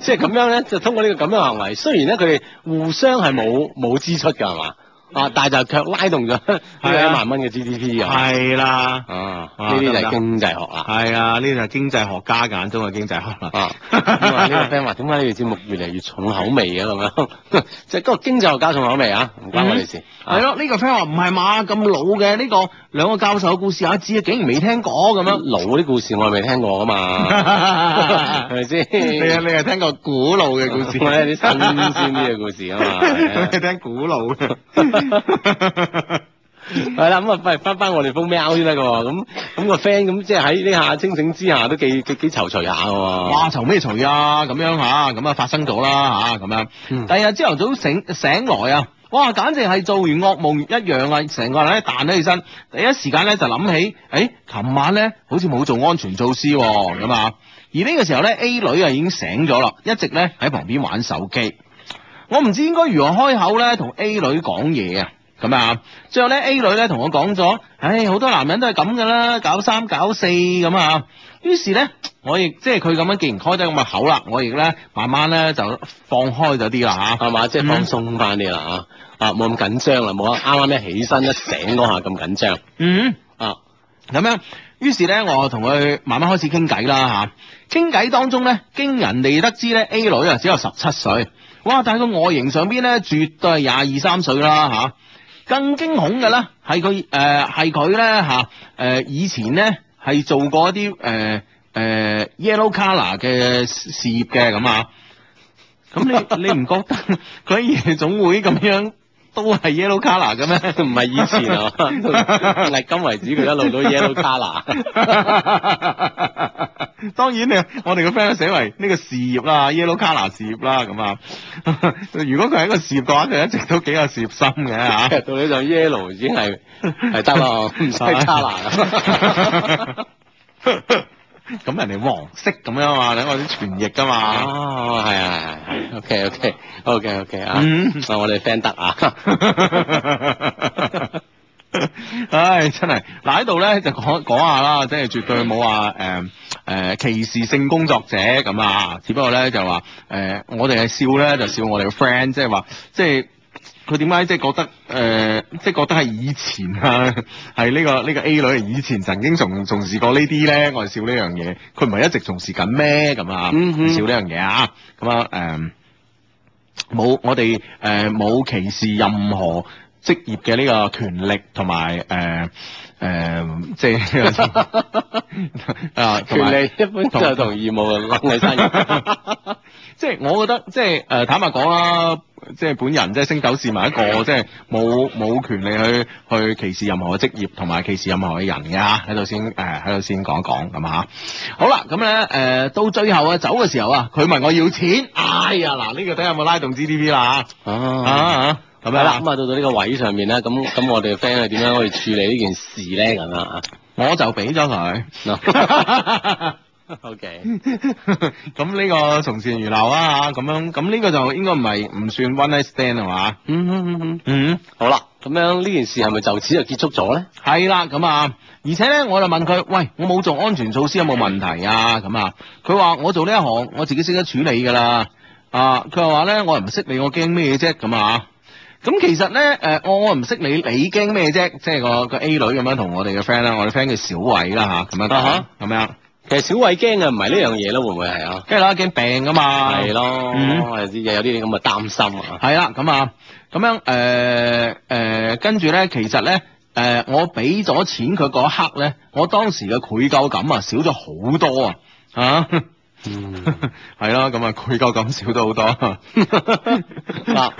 即係咁樣咧，就通過呢個咁樣嘅行為，雖然咧佢哋互相係冇冇支出㗎係嘛，啊，但係就卻拉動咗呢個
嗯係啊
一萬蚊嘅 GDP 啊。
係啦，
啊，
啊
呢啲
得唔
就
得
係經濟學啦。
係啊，呢就係經濟學家眼中嘅經濟學啦。
啊，咁
(laughs)
啊呢個 friend 話點解你哋節目越嚟越重口味嘅咁樣？ (laughs) 即係嗰個經濟學家重口味啊，唔關我哋事。
嗯係咯，呢個 friend 話唔係嘛，咁老嘅呢個兩個教授嘅故事阿志啊竟然未聽過咁
咁樣 (laughs)
樣。
老嗰啲故事我係未聽過
(laughs)
啊嘛，係咪先？
你啊，你係聽過古老嘅
(laughs)
故事，
我係啲啊新鮮啲嘅故事啊嘛。係
(laughs)
啊
你聽古老嘅。
係啦，咁啊，翻翻翻我哋封 mail 先得嘅喎，咁咁個 friend 咁即係喺呢下清醒之下都幾幾幾躊躇下嘅喎。
哇！嘈咩嘈啊？咁樣嚇，咁啊發生咗啦嚇，咁樣。
嗯
第二日朝頭早醒醒來啊，哇！簡直係做完噩夢一樣啊，成個人咧彈咗起身，第一時間咧就諗起，誒、琴晚咧好似冇做安全措施喎、咁啊。而呢個時候咧，A 女啊已經醒咗啦，一直咧喺旁邊玩手機。我唔知應該如何開口咧同 A 女講嘢啊。咁啊，最後咧 A 女咧同我講咗，唉，好多男人都係咁噶啦，搞三搞四咁啊。於是咧，我亦即係佢咁樣，既然開得咁嘅口啦，我亦咧慢慢咧就放開咗啲啦啊嚇。
係嘛，即係放鬆翻啲啦啊，啊冇咁緊張啦，冇啱啱一起身一醒嗰下咁緊張
嗯，
啊，
咁樣，於是咧我同佢慢慢開始傾偈啦嚇。傾偈當中咧，經人哋得知咧 A 女啊只有十七歲，哇！但係個外形上邊咧，絕對係廿二三歲啦嚇。更驚恐嘅咧，係佢誒係佢咧嚇誒以前咧係做過一啲誒誒 yellow color 嘅事業嘅咁啊。咁
(laughs)
你你唔覺得佢喺夜總會咁樣都係 yellow color 嘅咩？
唔係以前 (laughs) 啊，歷今為止佢一路都 yellow color，
(laughs)
(laughs)
當然你我哋個 friend 寫為呢個事業啦，yellow color 事業啦咁啊。 (laughs) 如果佢係一個事業嘅話，佢一直都幾有事業心嘅啊嚇。
(laughs) 到呢上 yellow 已經係 (laughs) 係得啦，唔使 color
(laughs) 咁人哋黃色咁啊樣嘛，等我啲傳譯噶嘛。
哦，係啊係係，OK OK OK OK 啊，
嗯
啊我哋 friend 得啊。
啊唉，真係嗱喺度咧就講講下啦，即係絕對冇話誒誒歧視性工作者咁啊，只不過咧就話誒、我哋係笑咧就笑我哋嘅 friend，即係話即係。佢點解即係覺得誒、呃即係覺得係以前啊， (laughs) 係呢、個呢、個 A 女以前曾經從從事過呢啲咧，我係笑呢樣嘢，佢唔係一直從事緊咩咁啊？
嗯哼
笑呢樣嘢啊，咁啊誒。冇我哋誒冇歧視任何職業嘅呢個權力同埋誒誒，即係啊同埋
(laughs) 權利一般就同義務諗起身。 (laughs)
即係我覺得即係誒、呃坦白講啦，即係本人即係星斗市民一個，即係冇冇權利去去歧視任何嘅職業同埋歧視任何嘅人嘅嚇，喺度先誒呃喺度先講一講咁嚇。好啦，咁咧誒到最後啊走嘅時候啊，佢問我要錢，哎呀嗱呢、個睇下有冇拉動 GDP 啦嚇啊
啊，
啊咁
咁
樣
樣啦，
啦
咁。啊到到呢個位上面咧，咁咁我哋 friend 係點樣去處理呢件事咧？
(laughs)
咁啊
我就俾咗佢。 (laughs)
，O K，
咁呢個從善如流啊，咁樣咁呢個就應該唔係唔算 one night stand 係嘛？
嗯嗯嗯嗯，
嗯，
好啦，咁樣呢件事係咪就此就結束咗咧？
係啦，咁啊，而且咧我就問佢，喂，我冇做安全措施有冇問題啊？咁啊，佢話我做呢一行我自己識得處理㗎啦。啊，佢又話咧我又唔識你，我驚咩啫咁啊？咁其實咧，誒、我我唔識你，你驚咩啫？即係個個 A 女咁樣同我哋嘅 friend 啦，我哋 friend 叫小偉啦吓，咁樣
啊哈
講咁樣，
其實小偉驚嘅唔係呢樣嘢咯，會唔會係啊？
跟住啦驚病㗎嘛，
係咯，
嗯
有啲有啲咁嘅擔
(laughs)
心啊。
係啦，咁啊，咁樣誒誒，呃呃跟住咧，其實咧。誒、我俾咗錢佢嗰一刻咧，我當時嘅愧疚感啊，少咗好多啊，啊，
嗯，
係啦，咁啊，愧疚感少咗好多，
啊，咁啊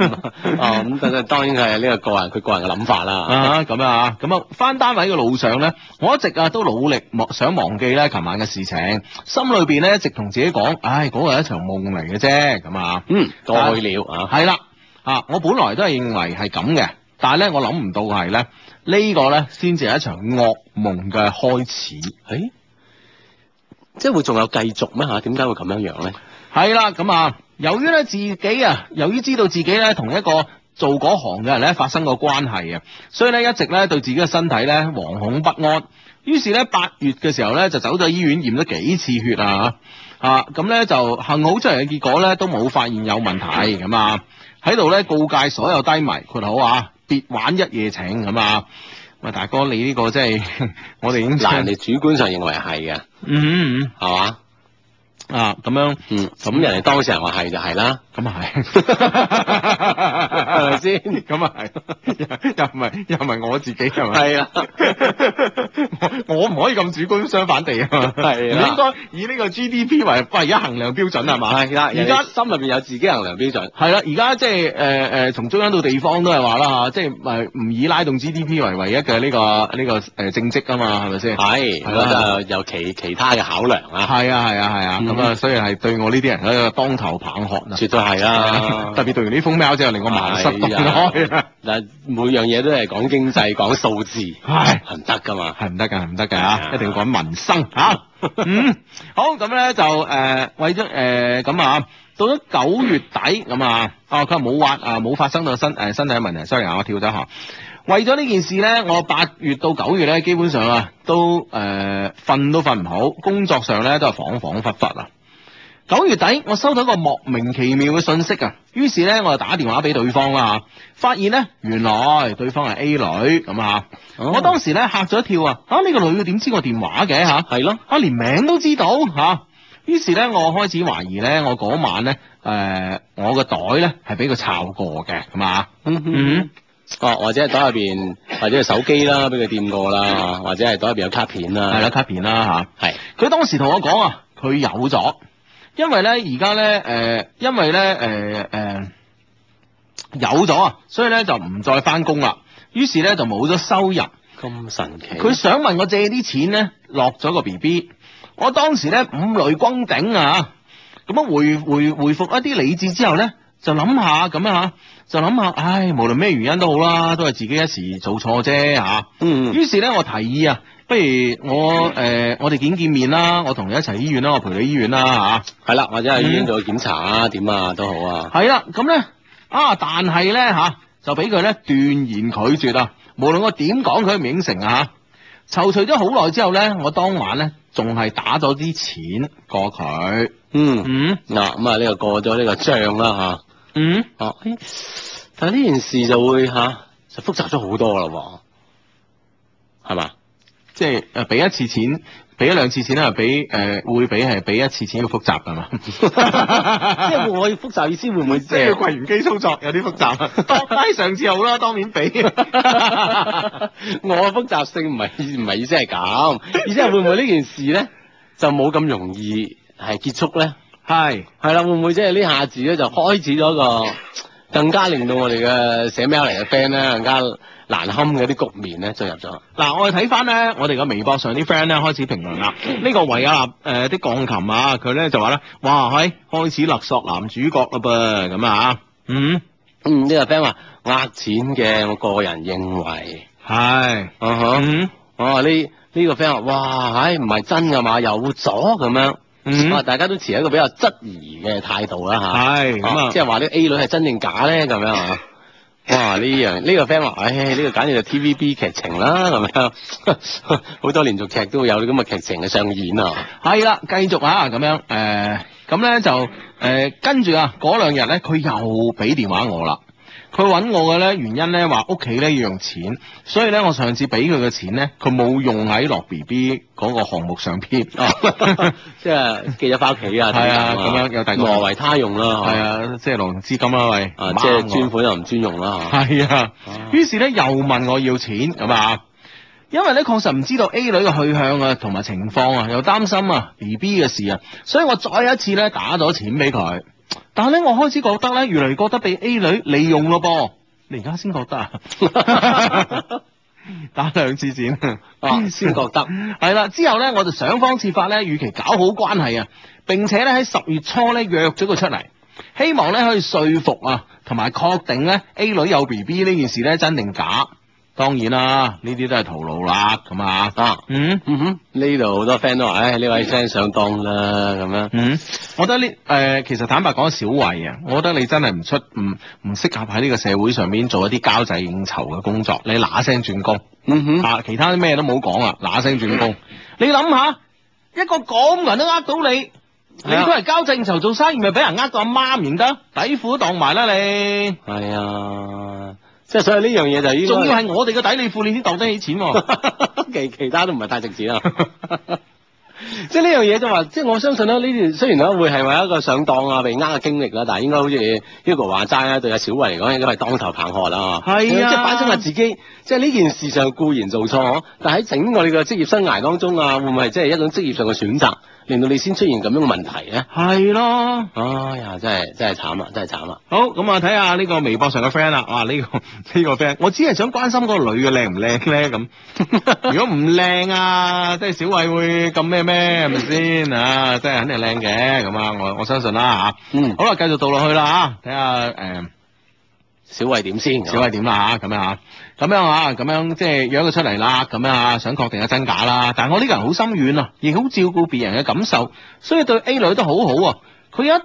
啊咁，但係當然佢係呢個個人佢個人嘅諗法啦。
啊咁啊，咁啊，翻單位嘅路上咧，我一直啊都努力忘想忘記咧琴晚嘅事情，心裏邊咧一直同自己講，唉，嗰個係一場夢嚟嘅啫，咁啊。
嗯，過去了啊。
係啦，啊，我本來都係認為係咁嘅，但係咧，我諗唔到係咧呢、個咧先至係一場噩夢嘅開始。
誒，即係會仲有繼續咩嚇？點解會咁樣
(laughs)
樣咧？
係啦，咁啊，由於咧自己啊，由於知道自己咧同一個做嗰行嘅人咧發生過關係啊，所以咧一直咧對自己嘅身體咧惶恐不安。於是咧八月嘅時候咧就走咗醫院驗咗幾次血啊啊咁咧就幸好出嚟嘅結果咧都冇發現有問題咁啊，喺度咧告誡所有低迷括好啊，別玩一夜情咁啊。喂，大哥，你呢個真係 (laughs) 我哋已經
嗱，人哋主觀上認為係嘅，
嗯嗯
係嘛？
嗯啊咁樣
嗯，咁人哋當事人話係就係啦，
咁啊係，係
咪先？
咁啊係，又又唔係又唔係我自己係咪？
係啊，
我我唔可以咁主觀相反地啊嘛，
係
唔
啊
應該以呢個 GDP 為唯一衡量標準係嘛？
係啦，
而
而
家
家。心入邊有自己衡量標準，
係啦，而家即係誒誒，從中央到地方都係話啦嚇，即係誒唔以拉動 GDP 為唯一嘅呢、個呢、個誒、政績啊嘛，係咪先？
係
係啦
咁就有其其他嘅考量啊，
係啊係啊係啊，咁啊，
嗯
所以係對我呢啲人喺度當頭棒喝啊！
絕對係啦。
(laughs) 特別讀完呢封 mail 之後，令我茅塞頓開啊！
嗱，每樣嘢都係講經濟、講數字，
唉
係唔得噶嘛。
係唔得㗎，係唔得㗎
係
嚇，
啊
一定要講民生
(laughs)
嚇。嗯，好咁咧就誒、呃、為咗誒咁啊，到咗九月底咁啊，哦佢話冇挖啊冇發生到身誒、呃身體嘅問題，sorry 啊我跳咗一行。為咗呢件事咧，我八月到九月咧，基本上啊都誒瞓、都瞓唔好，工作上咧都係恍恍惚惚啊。九月底，我收到一個莫名其妙嘅信息啊，於是咧我就打電話俾對方啦嚇，發現咧原來對方係 A 女咁啊，
哦
我當時咧嚇咗一跳啊，啊呢、個女嘅點知我電話嘅嚇？
係咯，
啊連名都知道嚇、啊於是咧我開始懷疑咧我嗰晚咧誒、我個袋咧係俾佢摷過嘅咁啊，
嗯
嗯，
哦，或者係袋入邊，或者係手機啦，俾佢掂過啦，或者係袋入邊有卡片啦，
係啦，卡片啦嚇。
係，
佢當時同我講啊，佢有咗，因為咧而家咧誒，因為咧誒誒呃有咗啊，所以咧就唔再翻工啦。於是咧就冇咗收入。
咁神奇。
佢想問我借啲錢咧，落咗個 B B。我當時咧五雷轟頂啊！咁樣回回回復一啲理智之後咧，就諗下咁啊，就諗下，唉，無論咩原因都好啦，都係自己一時做錯啫嚇。
嗯
於是咧，我提議啊，不如我誒、呃我哋見見面啦，我同你一齊醫院啦，我陪你醫院啦
係啦，或者係醫院做檢查啊，點啊都好啊。
嚇。係啦，咁咧啊，但係咧嚇就俾佢咧斷然拒絕啊，無論我點講佢都唔應承啊。躊躇咗好耐之後咧，我當晚咧仲係打咗啲錢過佢。
嗯，
嗯
嗱咁啊呢個過咗呢個帳啦
嗯，
吓，哦，哎但係呢件事就會吓、就複雜咗好多啦喎，係嘛？
即係誒俾一次錢，俾一兩次錢咧，俾誒會比係俾一次錢要複雜㗎嘛。
即係會唔會複雜意思會唔會即
即係
係
櫃員機操作有啲啊複 (laughs) 雜，當低上次好啦，當面 (laughs) 俾。
我嘅複雜性唔係唔係意思係咁，意思係會唔會呢件事咧就冇咁容易係結束咧？
係
係啦，會唔會即係呢下子咧就開始咗個更加令到我哋嘅寫 mail 嚟嘅 friend 咧更加難堪嘅啲局面咧進入咗？
嗱，我哋睇翻咧，我哋嘅微博上啲 friend 咧開始評論啦。呢個維也納誒啲鋼琴啊，佢咧就話咧，哇，係開始勒索男主角啦噃，咁啊，嗯，
嗯，呢、個 friend 話呃錢嘅，我個人認為，
係，
啊哈，
嗯
哦呢呢個 friend 話，哇，唉唔係真㗎嘛，有咗咁樣，
嗯
啊大家都持一個比較質疑嘅態度啦吓。
係咁
啊
啊，
即係話呢 A 女係真定假咧咁樣啊？哇！呢樣呢個 friend 話，唉，呢個簡直就 TVB 劇情啦，咁樣 (laughs) 好多連續劇都會有啲咁嘅劇情嘅上演啊！
係啦，繼續啊，咁樣誒，咁咧就誒跟住啊，嗰兩日咧佢又俾電話我啦。佢揾我嘅咧原因咧話屋企咧要用錢，所以咧我上次俾佢嘅錢咧，佢冇用喺落 B B 嗰個項目上
(laughs)
邊。
即係寄咗翻屋企啊，
係啊
定
咁樣有第二個
挪為他用啦，
係啊，即係挪用資金啦，喂，
哦啊，
唔
即係
啱
專
我。
款又唔專用啦，嚇
係啊
啊，
於是咧又問我要錢咁啊，因為咧確實唔知道 A 女嘅去向啊，同埋情況啊，又擔心啊 B B 嘅事啊，所以我再一次咧打咗錢俾佢，但係咧我開始覺得咧，越嚟越覺得被 A 女利用咯噃，你而家先覺得啊， (laughs) 打兩次錢。
啊，先覺得
係啦，之後咧我就想方設法咧，與其搞好關係啊，並且咧喺十月初咧約咗佢出嚟，希望咧可以說服啊，同埋確定咧 A 女有 B B 呢件事咧真定假。當然啦，呢啲都係徒勞啦，咁啊，
啊，
嗯
嗯哼，呢度好多 friend 都話，唉，呢位 friend 上當啦，咁樣。
嗯，我覺得呢誒、其實坦白講，小慧啊，我覺得你真係唔出唔唔適合喺呢個社會上面做一啲交際應酬嘅工作，你嗱聲轉工。
嗯哼，
啊，其他咩都冇講啊，嗱聲轉工。你諗下，一個咁人都呃到你，你
係啊
都係交正酬做生意，咪俾人呃到阿媽唔認得，底褲都當埋啦你。
係啊，即係所以呢樣嘢就應該
仲要係我哋嘅底裏褲，你先鬥得起錢 (laughs) 喎、
(laughs) 其其他都唔係太值錢啊。 (laughs) 即係呢樣嘢就話，即係我相信咧，呢段雖然咧會係為一個上當啊、被呃嘅經歷啦，但係應該好似 Hugo 話齋啦，對阿小慧嚟講應該係當頭棒喝啦。
係啊
即係反省下自己，即係呢件事上固然做錯，但喺整個你嘅職業生涯當中啊，會唔會係即係一種職業上嘅選擇，令到你先出現咁樣嘅問題咧？
係咯。
哎呀，真係真係慘啦，真係慘啦！
好，咁啊睇下呢個微博上嘅 friend 啦，啊哇呢、個 (laughs) 呢、個 friend，我只係想關心嗰個女嘅靚唔靚咧 (laughs) 咁。如果唔靚啊，即係小慧會咁咩咩係咪先啊？即係肯定靚嘅咁啊，我我相信啦嚇。
嗯
好啦，繼續倒落去啦啊嚇，睇下誒。
小慧點先？
小慧點啦嚇，咁樣嚇，咁樣嚇，咁樣即係約佢出嚟啦，咁樣嚇，想確定下真假啦。但係我呢個人好心軟啊，亦好照顧別人嘅感受，所以對 A 女都好好啊。佢有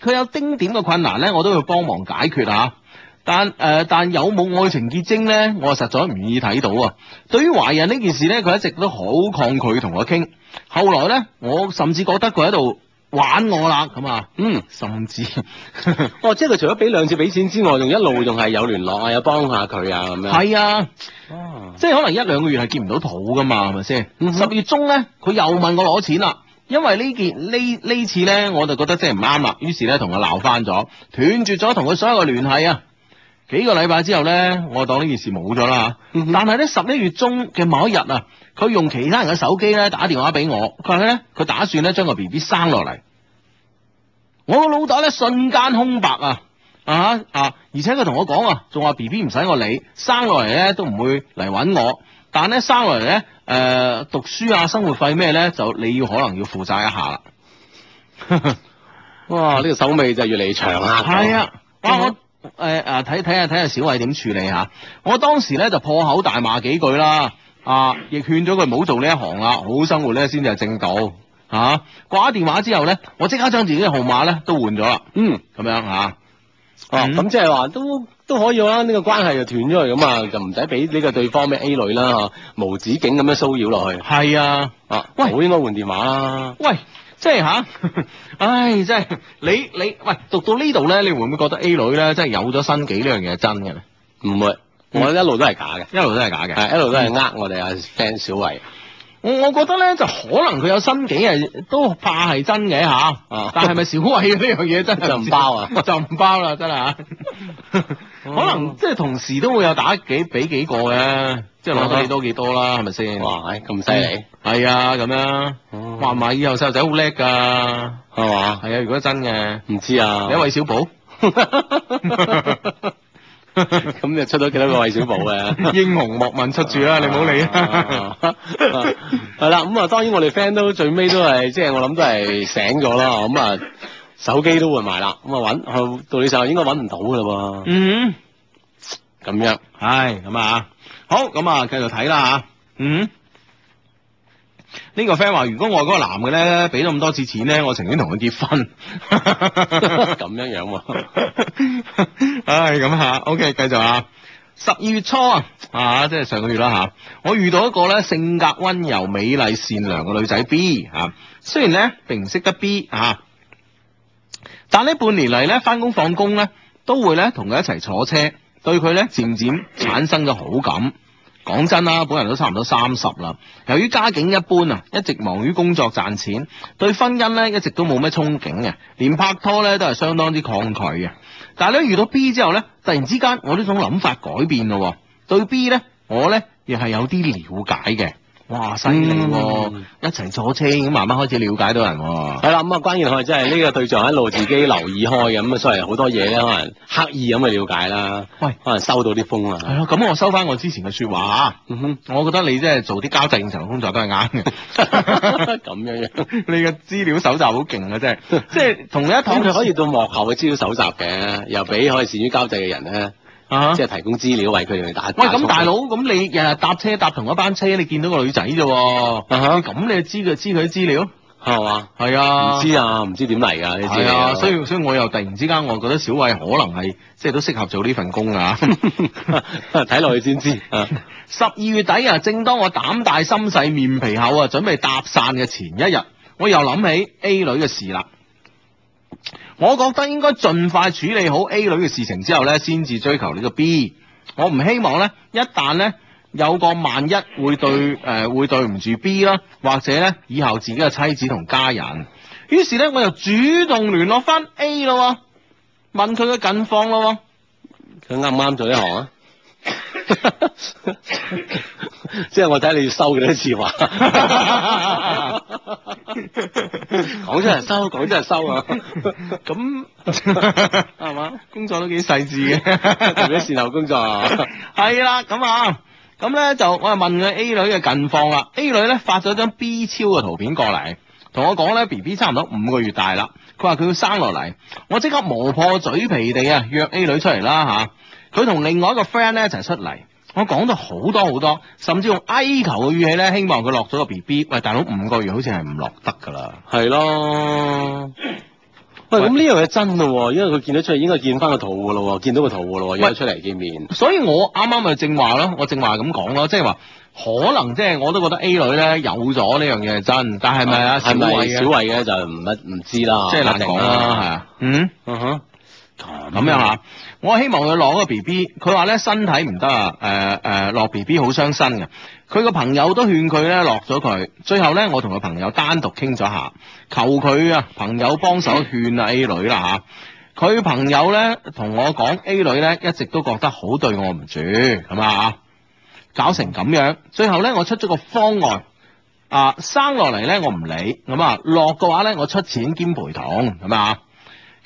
佢有丁點嘅困難咧，我都會幫忙解決啊。但誒、呃但有冇愛情結晶呢？我實在唔願意睇到啊！對於懷孕呢件事呢，佢一直都好抗拒同我傾。後來呢，我甚至覺得佢喺度玩我啦，咁啊，
嗯。
甚至 (laughs)
哦，即係佢除咗俾兩次俾錢之外，仲一路仲係有聯絡啊，有幫下佢啊咁樣。
係啊。
哦，
即係可能一兩個月係見唔到肚噶嘛，係咪先？
嗯
十
哼
月中咧，佢又問我攞錢啦，因為呢件呢呢次咧，我就覺得真係唔啱啦，於是咧同佢鬧翻咗，斷絕咗同佢所有嘅聯繫啊。幾個禮拜之後咧，我當呢件事冇咗啦嚇
嗯哼
但係咧十一月中嘅某一日啊，佢用其他人嘅手機咧打電話俾我，佢話咧佢打算咧將個 B B 生落嚟。我個腦袋咧瞬間空白啊！啊啊！而且佢同我講啊，仲話 B B 唔使我理，生落嚟咧都唔會嚟揾我，但咧生落嚟咧誒讀書啊、生活費咩咧就你要可能要負責一下啦。
哇！呢、個手尾就越嚟越長啦。
係啊，哇！
嗯
我誒誒睇睇下睇下小慧點處理嚇。我當時咧就破口大罵幾句啦，啊，亦勸咗佢唔好做呢一行啦，好生活咧先至係正道嚇、啊。掛咗電話之後咧，我即刻將自己嘅號碼咧都換咗啦，
嗯，
咁樣嚇。
哦，
嗯
咁即係話都都可以啊，呢、個關係就斷咗嚟咁啊，就唔使俾呢個對方咩 A 女啦嚇，無止境咁樣騷擾落去
係啊，
啊！
喂
我應該換電話啦。
喂。即係吓， (laughs) 唉！即係你你喂讀到呢度咧，你會唔會覺得 A 女咧，即係有咗新紀呢樣嘢係真嘅咧？
唔會，我一路都係假嘅，
一路都係假嘅。
嗯係一路都係呃我哋阿 friend 小慧。
我我覺得咧就可能佢有新幾係都怕係真嘅吓，
啊
但係咪小慧呢樣嘢真係
(laughs) 就唔包啊
知 (laughs)
哦
就唔包啦真係
(laughs)
嚇。可能即係同時都會有打幾俾幾個嘅，即係攞到幾多幾多啦，係咪先？
哇！唉咁犀利，
係啊，咁樣
哦
話唔埋以後細路仔好叻㗎，係
係嘛？
啊，如果真嘅，
唔知啊，
你韋小寶 (laughs)
咁就出到幾多個韋小寶 (laughs) 嘅。
英雄莫問出處啊啦，你唔好理啊。
啊係啦，咁啊，當然我哋 friend 都最尾都係，即係我諗都係醒咗啦。咁啊，手機都換埋啦。咁啊，揾道理上應該揾唔到噶啦噃。
嗯，
咁樣
唉，咁啊，好，咁啊，繼續睇啦嚇，嗯。呢個 friend 話：如果我嗰個男嘅咧，俾咗咁多次錢咧，我情願同佢結婚。 (laughs)
咁樣樣喎。
唉，咁啊，OK，繼續啊。十二月初啊，啊，即係上個月啦吓、我遇到一個咧性格温柔、美麗、善良嘅女仔 B 啊，雖然咧並唔識得 B 啊，但呢半年嚟咧翻工放工咧都會咧同佢一齊坐車，對佢咧漸漸產生咗好感。講真啦，本人都差唔多三十啦。由於家境一般啊，一直忙於工作賺錢，對婚姻咧一直都冇咩憧憬嘅，連拍拖咧都係相當之抗拒嘅。但係咧遇到 B 之後咧，突然之間我呢種諗法改變咯喎，對 B 咧我咧亦係有啲了解嘅。哇，犀利喎！
嗯
一齊坐車已經慢慢開始了解到人喎。
係啦，咁啊，關鍵可能真係呢個對象一路自己留意開嘅，咁啊，所以好多嘢咧，可能刻意咁去了解啦，
喂
可能收到啲風
係
啊，
咯，咁我收翻我之前嘅説話啊
嗯哼，
我覺得你即係做啲交際應酬嘅工作都係啱嘅。 (laughs)
咁樣樣，
你嘅資料搜集好勁啊，真
(laughs)
係，即係同你一
咁
堂啊
佢可以到幕後去資料搜集嘅，又俾可以善於交際嘅人咧，
啊
即係提供資料為佢哋去打。
喂，咁大佬，咁你日日搭車搭同一班車，你見到個女仔啫喎，
啊
咁你就知佢知佢啲資料？
係嘛？
係啊
唔知啊，唔知點嚟㗎呢啲資
係
料
啊，所以所以我又突然之間，我覺得小偉可能係即係都適合做呢份工啊。
(laughs) 睇落去先知啊，
十二月底啊，正當我膽大心細、面皮厚啊，準備搭散嘅前一日，我又諗起 A 女嘅事啦。我覺得應該盡快處理好 A 女嘅事情之後呢，先至追求呢個 B。我唔希望呢，一旦呢有個萬一會對誒、呃、會對唔住 B 啦，或者呢以後自己嘅妻子同家人。於是呢，我又主動聯絡翻 A 咯喎，問佢嘅近況咯喎。
佢啱唔啱做呢
(laughs)
行啊？ (laughs) 即係我睇你要收幾多次 (laughs) 話，講真係收，講真係收啊！ (laughs)
咁係嘛？工作都幾細緻嘅，
特別善後工作啊，
(laughs) 係啦，咁啊，咁咧就我就問佢 A 女嘅近況啦。A 女咧發咗張 B 超嘅圖片過嚟，同我講咧 B B 差唔多五個月大啦。佢話佢要生落嚟，我即刻磨破嘴皮地啊約 A 女出嚟啦吓，佢同另外一個 friend 咧一齊出嚟。我講咗好多好多，甚至用哀求嘅語氣咧，希望佢落咗個 B B。喂，大佬五個月好似係唔落得㗎啦。
係咯。喂，咁呢樣嘢真咯喎，因為佢見得出嚟，應該見翻個圖噶咯喎，見到個圖噶咯喎，約出嚟見面。
所以我啱啱咪正話咯，我正話咁講咯，即係話可能即係我都覺得 A 女咧有咗呢樣嘢係真，但係咪啊？
係咪小
慧
慧嘅就唔一唔知啦，
啊即係難講啦，係啊，嗯。
嗯哼，
咁樣啊，我希望佢攞個 B B，佢話咧身體唔得啊，誒誒落 B B 好傷身嘅。佢個朋友都勸佢咧落咗佢，最後咧我同佢朋友單獨傾咗下，求佢啊朋友幫手勸啊 A 女啦嚇。佢朋友咧同我講 A 女咧一直都覺得好對我唔住咁啊，搞成咁樣，最後咧我出咗個方案。啊，生落嚟咧我唔理，咁啊落嘅話咧我出錢兼陪同，咁啊。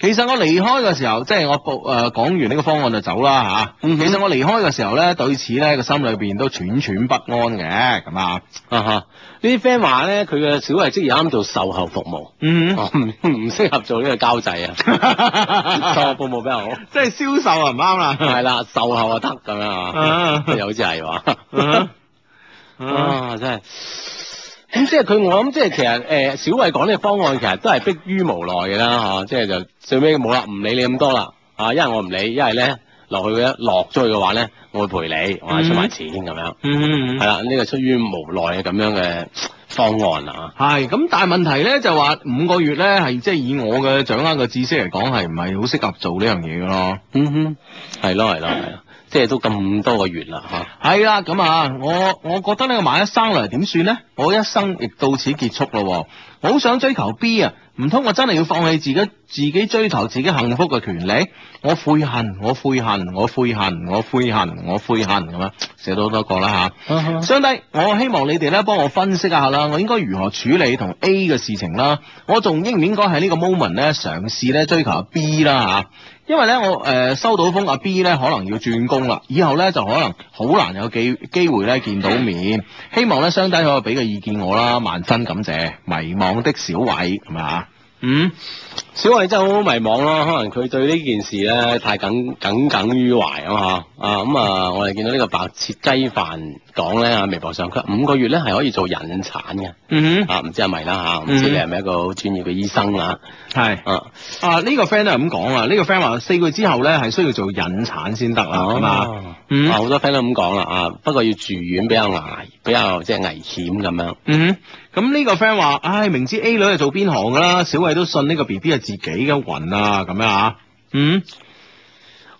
其實我離開嘅時候，即係我報誒、呃、講完呢個方案就走啦嚇。
嗯哼
其實我離開嘅時候咧，對此咧個心裏邊都惴惴不安嘅，咁啊，
啊哈！呢啲 friend 話咧，佢嘅小慧職業啱做售後服務，
嗯，
哦唔唔適合做呢個交
(laughs)
際啊，售後服務比較好。
即係銷售啊唔啱啦，
係啦，售後啊得咁樣啊
啊，
又好似係話，
嗯嗯
啊真係。咁即係佢，我諗即係其實誒、小慧講呢個方案其實都係迫於無奈嘅啦，嚇、即係就最尾冇啦，唔理你咁多啦，啊，一係我唔理，一係咧落去嘅落咗去嘅話咧，我會陪你，我係出埋錢咁樣。
嗯
係啦，呢個出於無奈嘅咁樣嘅方案啊啦
係咁，但係問題咧就話五個月咧係即係以我嘅掌握嘅知識嚟講係唔係好適合做呢樣嘢嘅咯。
嗯哼，係咯係咯係咯，即係都咁多個月啦嚇。
係啦，咁啊，我我覺得呢個萬一生落嚟點算呢？我一生亦到此結束咯喎。好想追求 B 啊，唔通我真係要放棄自己自己追求自己幸福嘅權利？我悔恨，我悔恨，我悔恨，我悔恨，我悔恨咁啊，寫到好多個啦吓。
嗯
相低，我希望你哋咧幫我分析一下啦，我應該如何處理同 A 嘅事情啦？我仲應唔應該喺呢個 moment 咧嘗試咧追求阿 B 啦吓？因為咧我誒、呃收到風阿 B 咧可能要轉工啦，以後咧就可能好難有機機會咧見到面。希望咧相低可以俾個意見我啦，萬分感謝。迷惘的小偉係咪啊？嗯，
小慧真係好迷茫咯，可能佢對呢件事咧太耿耿耿於懷啊嘛，啊咁啊，我哋見到呢個白切雞飯講咧喺微博上，佢五個月咧係可以做引產嘅，
嗯
啊唔知係咪啦嚇，唔知你係咪一個好專業嘅醫生啦，
係。
啊
啊，呢、個 friend 都係咁講啊，呢、個 friend 話四個月之後咧係需要做引產先得啦，係嘛、
啊
嗯
啊好多 friend 都咁講啦啊，不過要住院比較危比較即係危險咁樣，
嗯哼，咁呢個 friend 話：，唉，明知 A 女係做邊行噶啦，小慧都信呢個 B B 係自己嘅魂啊，咁樣啊。嗯，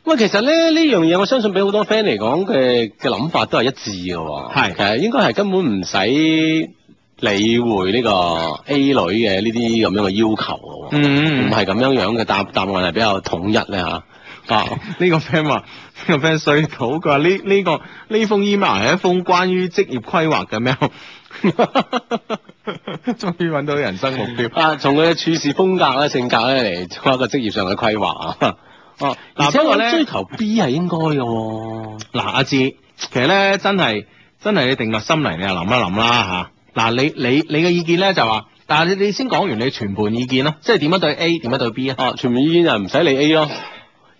喂，其實咧呢樣嘢，我相信俾好多 friend 嚟講嘅嘅諗法都係一致嘅喎。
係
其實應該係根本唔使理會呢個 A 女嘅呢啲咁樣嘅要求嘅喎。
嗯
唔係咁樣樣嘅答答案係比較統一咧嚇。啊，
呢個 friend 話：，呢個 friend 衰到，佢話呢呢個呢封 email 係一封關於職業規劃嘅
(laughs)
mail。終於揾到人生目標。
啊，從佢嘅處事風格咧、性格咧嚟做一個職業上嘅規劃啊。哦，
嗱
而且
不過
我
呢
追求 B 係應該嘅喎。
嗱，阿志，其實咧真係真係你定個心嚟，你又諗一諗啦吓。嗱，你你你嘅意見咧就話，但係你你先講完你全盤意見啦，即係點樣對 A，點樣對 B 啊？
哦，全面醫院就唔使理 A 咯。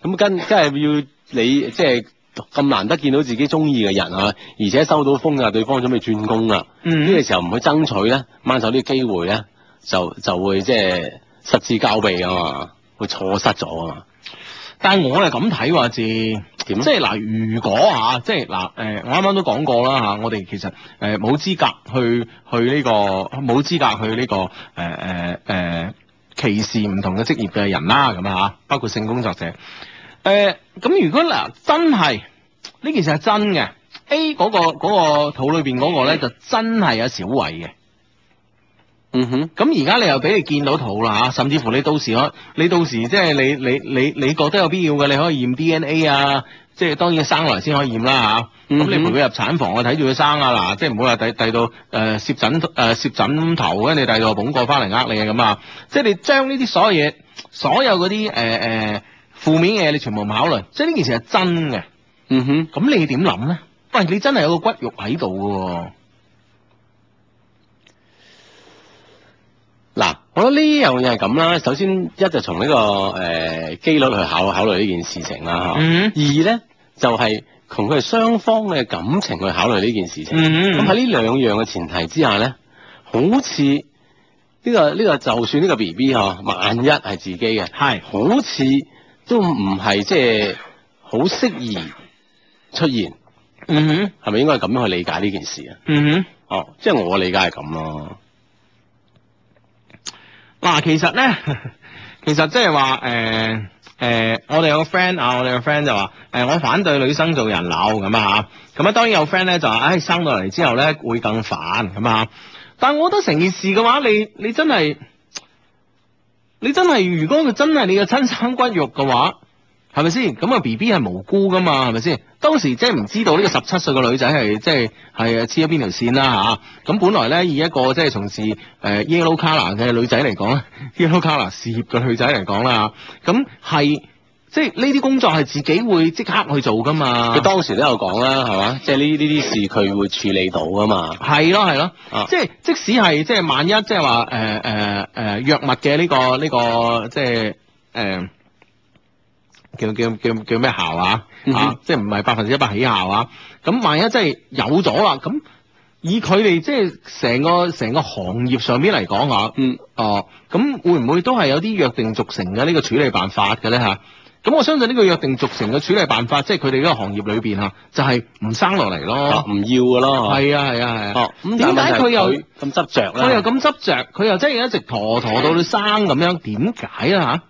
咁跟即係要你即係咁難得見到自己中意嘅人啊，而且收到風啊，對方準備轉工啦。
嗯
呢個時候唔去爭取咧，掹手呢個機會咧，就就會即係失之交臂啊嘛，會錯失咗啊嘛。
但係我係咁睇喎，志。
點
即係嗱，如果嚇、即係嗱，誒、我啱啱都講過啦嚇、我哋其實誒冇、資格去去呢、個冇資格去呢、個誒誒誒歧視唔同嘅職業嘅人啦，咁啊包括性工作者。誒、咁如果嗱真係呢件事係真嘅，A 嗰、個嗰、個肚裏邊嗰個咧就真係有小慧嘅。
嗯哼，
咁而家你又俾你見到肚啦嚇，甚至乎你到時可，你到時即係你你你你覺得有必要嘅，你可以驗 DNA 啊，即係當然生落嚟先可以驗啦嚇。咁、
嗯哼
你陪佢入產房啊，睇住佢生啊嗱，即係唔好話遞遞到誒、呃、攝枕誒、呃、攝枕頭，跟住遞到個捧過翻嚟呃你啊咁啊，即係你將呢啲所有嘢，所有嗰啲誒誒負面嘅嘢，你全部唔考慮，即係呢件事係真嘅。
嗯哼，
咁你點諗咧？喂，你真係有個骨肉喺度嘅喎。
嗱，我覺得呢樣嘢係咁啦。首先一就從呢、個誒、呃、機率去考考慮呢件事情啦嚇。
嗯
啊二咧就係從佢哋雙方嘅感情去考慮呢件事情。
嗯
咁喺呢兩樣嘅前提之下咧，好似呢、個呢、個就算呢個 B B 嗬，萬一係自己嘅，
係
好似都唔係即係好適宜出現，
嗯哼，
係咪應該係咁樣去理解呢件事啊？
嗯哼。
哦，即係我理解係咁咯。
嗱，其實咧， (laughs) 其實即係話誒誒，我哋有個 friend 啊，我哋個 friend 就話誒、我反對女生做人流咁啊嚇，咁啊當然有 friend 咧就話，唉、生到嚟之後咧會更煩咁啊，但我覺得成件事嘅話，你你真係你真係如果佢真係你嘅親生骨肉嘅話。係咪先？咁啊，B B 係無辜噶嘛，係咪先？當時即係唔知道呢個十七歲嘅女仔係即係係啊黐咗邊條線啦嚇。咁、本來咧以一個即係從事誒、呃 yellow collar 嘅女仔嚟講 (laughs) yellow collar 事業嘅女仔嚟講啦，咁係即係呢啲工作係自己會即刻去做噶嘛
佢。當時都有講啦，係嘛？即係呢呢啲事佢會處理到噶嘛。
係咯係咯
啊，
即係即使係即係萬一即係話誒誒誒藥物嘅呢、個呢、個即係誒、呃叫叫叫叫咩效啊？
嗯哼
啊，即係唔係百分之一百起效啊？咁萬一真係有咗啦，咁以佢哋即係成個成個行業上面嚟講啊，
嗯，
哦，咁會唔會都係有啲約定俗成嘅呢個處理辦法嘅咧嚇？咁我相信呢個約定俗成嘅處理辦法，即係佢哋呢個行業裏邊嚇，就係唔生落嚟
啊
咯。
唔要㗎咯，
係啊係啊係啊。
哦，咁
點解佢又
咁執着咧？
佢又啊咁執着，佢又真係一直陀陀到你生咁樣，點解啊嚇？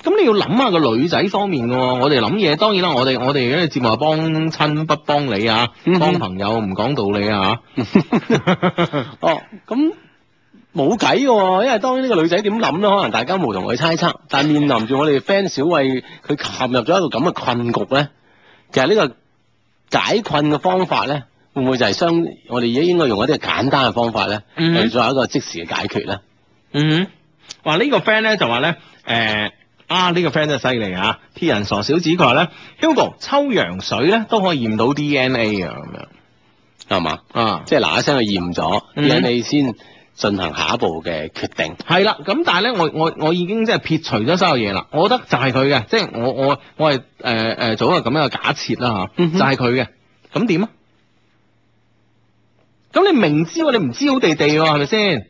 咁你要諗下個女仔方面嘅喎，我哋諗嘢當然啦，我哋我哋嘅節目係幫親不幫你啊，
嗯哼
幫朋友唔講道理 (laughs) 啊
哦，咁冇計嘅喎，因為當然呢個女仔點諗啦，可能大家無從去猜測。但係面臨住我哋 friend 小慧，佢陷入咗一個咁嘅困局咧，其實呢個解困嘅方法咧，會唔會就係相我哋而家應該用一啲簡單嘅方法咧，
嗯
嚟作為一個即時嘅解決咧？
嗯哼，話呢個 friend 咧就話咧，誒、啊呢、個 friend 真係犀利啊！鐵人傻小子佢話咧，Hugo 抽羊水咧都可以驗到 DNA 啊咁樣
係嘛？
啊。
即係嗱一聲去驗咗
嗯
DNA 先進行下一步嘅決定。
係啦，咁但係咧，我我我已經即係撇除咗所有嘢啦。我覺得就係佢嘅，即係我我我係誒誒做一個咁樣嘅假設啦嚇，
嗯哼
就係佢嘅。咁點啊？咁你明知喎，你唔知好地地喎，係咪先？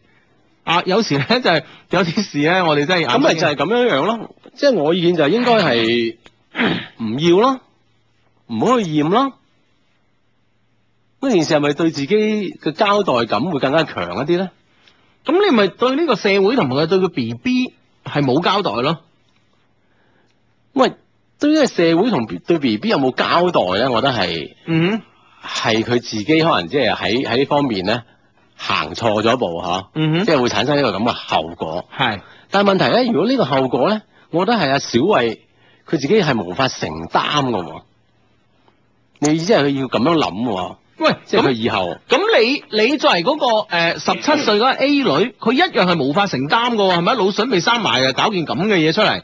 啊，有時咧 (laughs) 就係、有啲事咧，我哋真係
咁咪就係咁樣樣咯，即係我意見就係應該係
嗯
唔要咯，唔好去驗咯。呢件事係咪對自己嘅交代感會更加強一啲咧？
咁你咪對呢個社會同埋對個 B B 係冇交代咯。
喂，對於社會同 B- 對 B B 有冇交代咧？我覺得係
嗯
係佢自己可能即係喺喺呢方面咧行錯咗一步嚇，
嗯
即係會產生一個咁嘅後果。
係
但係問題咧，如果呢個後果咧，我覺得係阿小慧佢自己係無法承擔嘅喎。你意思係佢要咁樣諗喎，
喂
即係佢
咁。
以後
咁你你作為嗰、個十七、
嗯
歲嗰個 A 女，佢一樣係無法承擔嘅喎，係咪？老筍未生埋啊，搞件咁嘅嘢出嚟，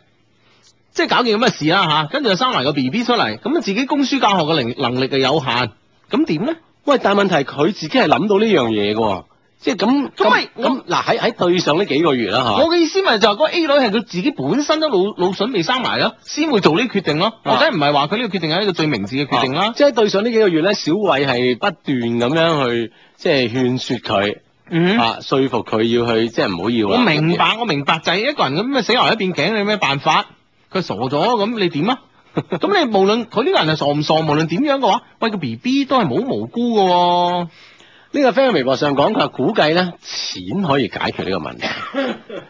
即係搞件咁嘅事啦吓，跟住就生埋個 B B 出嚟，咁啊自己供書教學嘅能能力嘅有限，咁點咧？
喂，但係問題佢自己係諗到呢樣嘢嘅喎，即係咁
咁咪我
咁嗱喺喺對上呢幾個月啦嚇，
我嘅意思咪就係嗰個 A 女係佢自己本身都老老筍未生埋咯，先會做呢個決定咯。我
啊
梗係唔係話佢呢個決定係一個最明智嘅決定
啊
啦。
即係對上呢幾個月咧，小慧係不斷咁樣去即係勸説佢、
嗯
啊，說服佢要去即係唔好要
我
啦
明。白，我明白就係、一個人咁嘅死牛一邊頸，你有咩辦法？佢傻咗咁，你
(laughs)
點啊？咁你無論佢呢個人係傻唔傻，無論點樣嘅話，喂個 B B 都係冇無辜嘅喎、
呢個 friend 喺微博上講，佢話估計咧錢可以解決呢個
(laughs)
問題，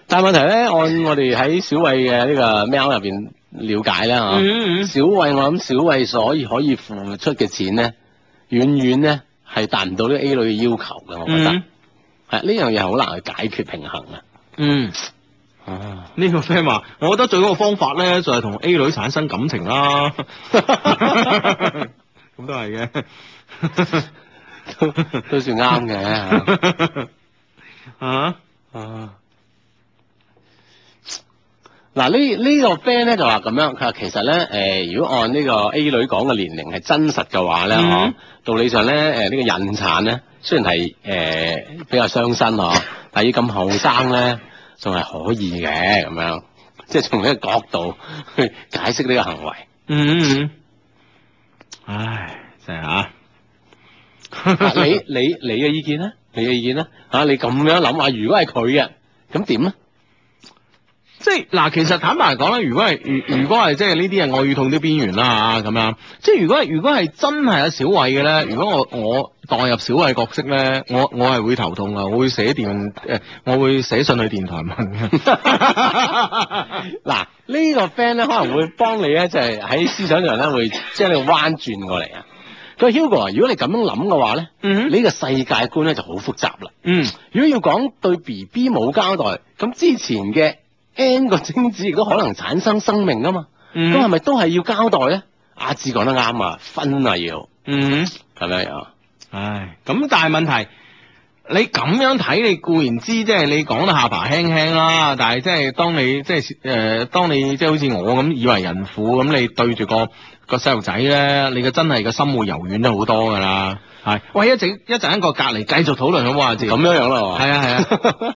但係問題咧，按我哋喺小慧嘅呢個 mail 入邊了解啦嚇，
嗯嗯
小慧我諗小慧所以可以付出嘅錢咧，遠遠咧係達唔到呢個 A 女嘅要求嘅，我覺得係
嗯
呢樣嘢係好難去解決平衡啊。
嗯，
啊，
呢、個 friend 話，我覺得最好嘅方法咧就係同 A 女產生感情啦。 (laughs) 咁都係嘅。
都都算
(laughs)
啱嘅
啊，
啊。嗱呢呢個 friend 咧就話咁樣，佢話其實咧誒、如果按呢個 A 女講嘅年齡係真實嘅話咧，
嗯
嗬、道理上咧誒呢、個孕產咧雖然係誒、比較傷身嗬，但係要咁後生咧仲係可以嘅咁樣，即係從呢個角度去解釋呢個行為。
嗯嗯嗯，唉，真係嚇。嗯 (laughs)
啊你你你嘅意見咧？你嘅意見咧？嚇、你咁樣諗啊？如果係佢嘅，咁點咧？
即係嗱，其實坦白講啦，如果係如如果係即係呢啲係愛與痛啲邊緣啦啊嚇咁樣，即係如果如果係真係阿小慧嘅咧，如果我我代入小慧角色咧，我我係會頭痛啊，我會寫電誒、我會寫信去電台問嘅。 (laughs)
嗱，呢個 friend 咧可能會幫你咧，就係喺思想上咧會將你彎轉過嚟啊。佢話 Hugo 啊，如果你咁樣諗嘅話咧，
嗯
呢個世界觀咧就好複雜啦。
嗯
如果要講對 B B 冇交代，咁之前嘅 N 個精子亦都可能產生生命啊嘛。咁係
嗯
咪都係要交代咧？阿志講得啱啊，分啊要
嗯，
咁樣樣。
唉，咁但係問題。你咁樣睇，你固然知即係你講得下巴輕輕啦，但係即係當你即係誒、呃，當你即係好似我咁以為人父咁，你對住個個細路仔咧，你嘅真係個心會柔軟咗好多㗎啦。係，喂，一陣一陣間個隔離繼續討論好唔好啊？志
咁樣樣啦，
係啊係啊，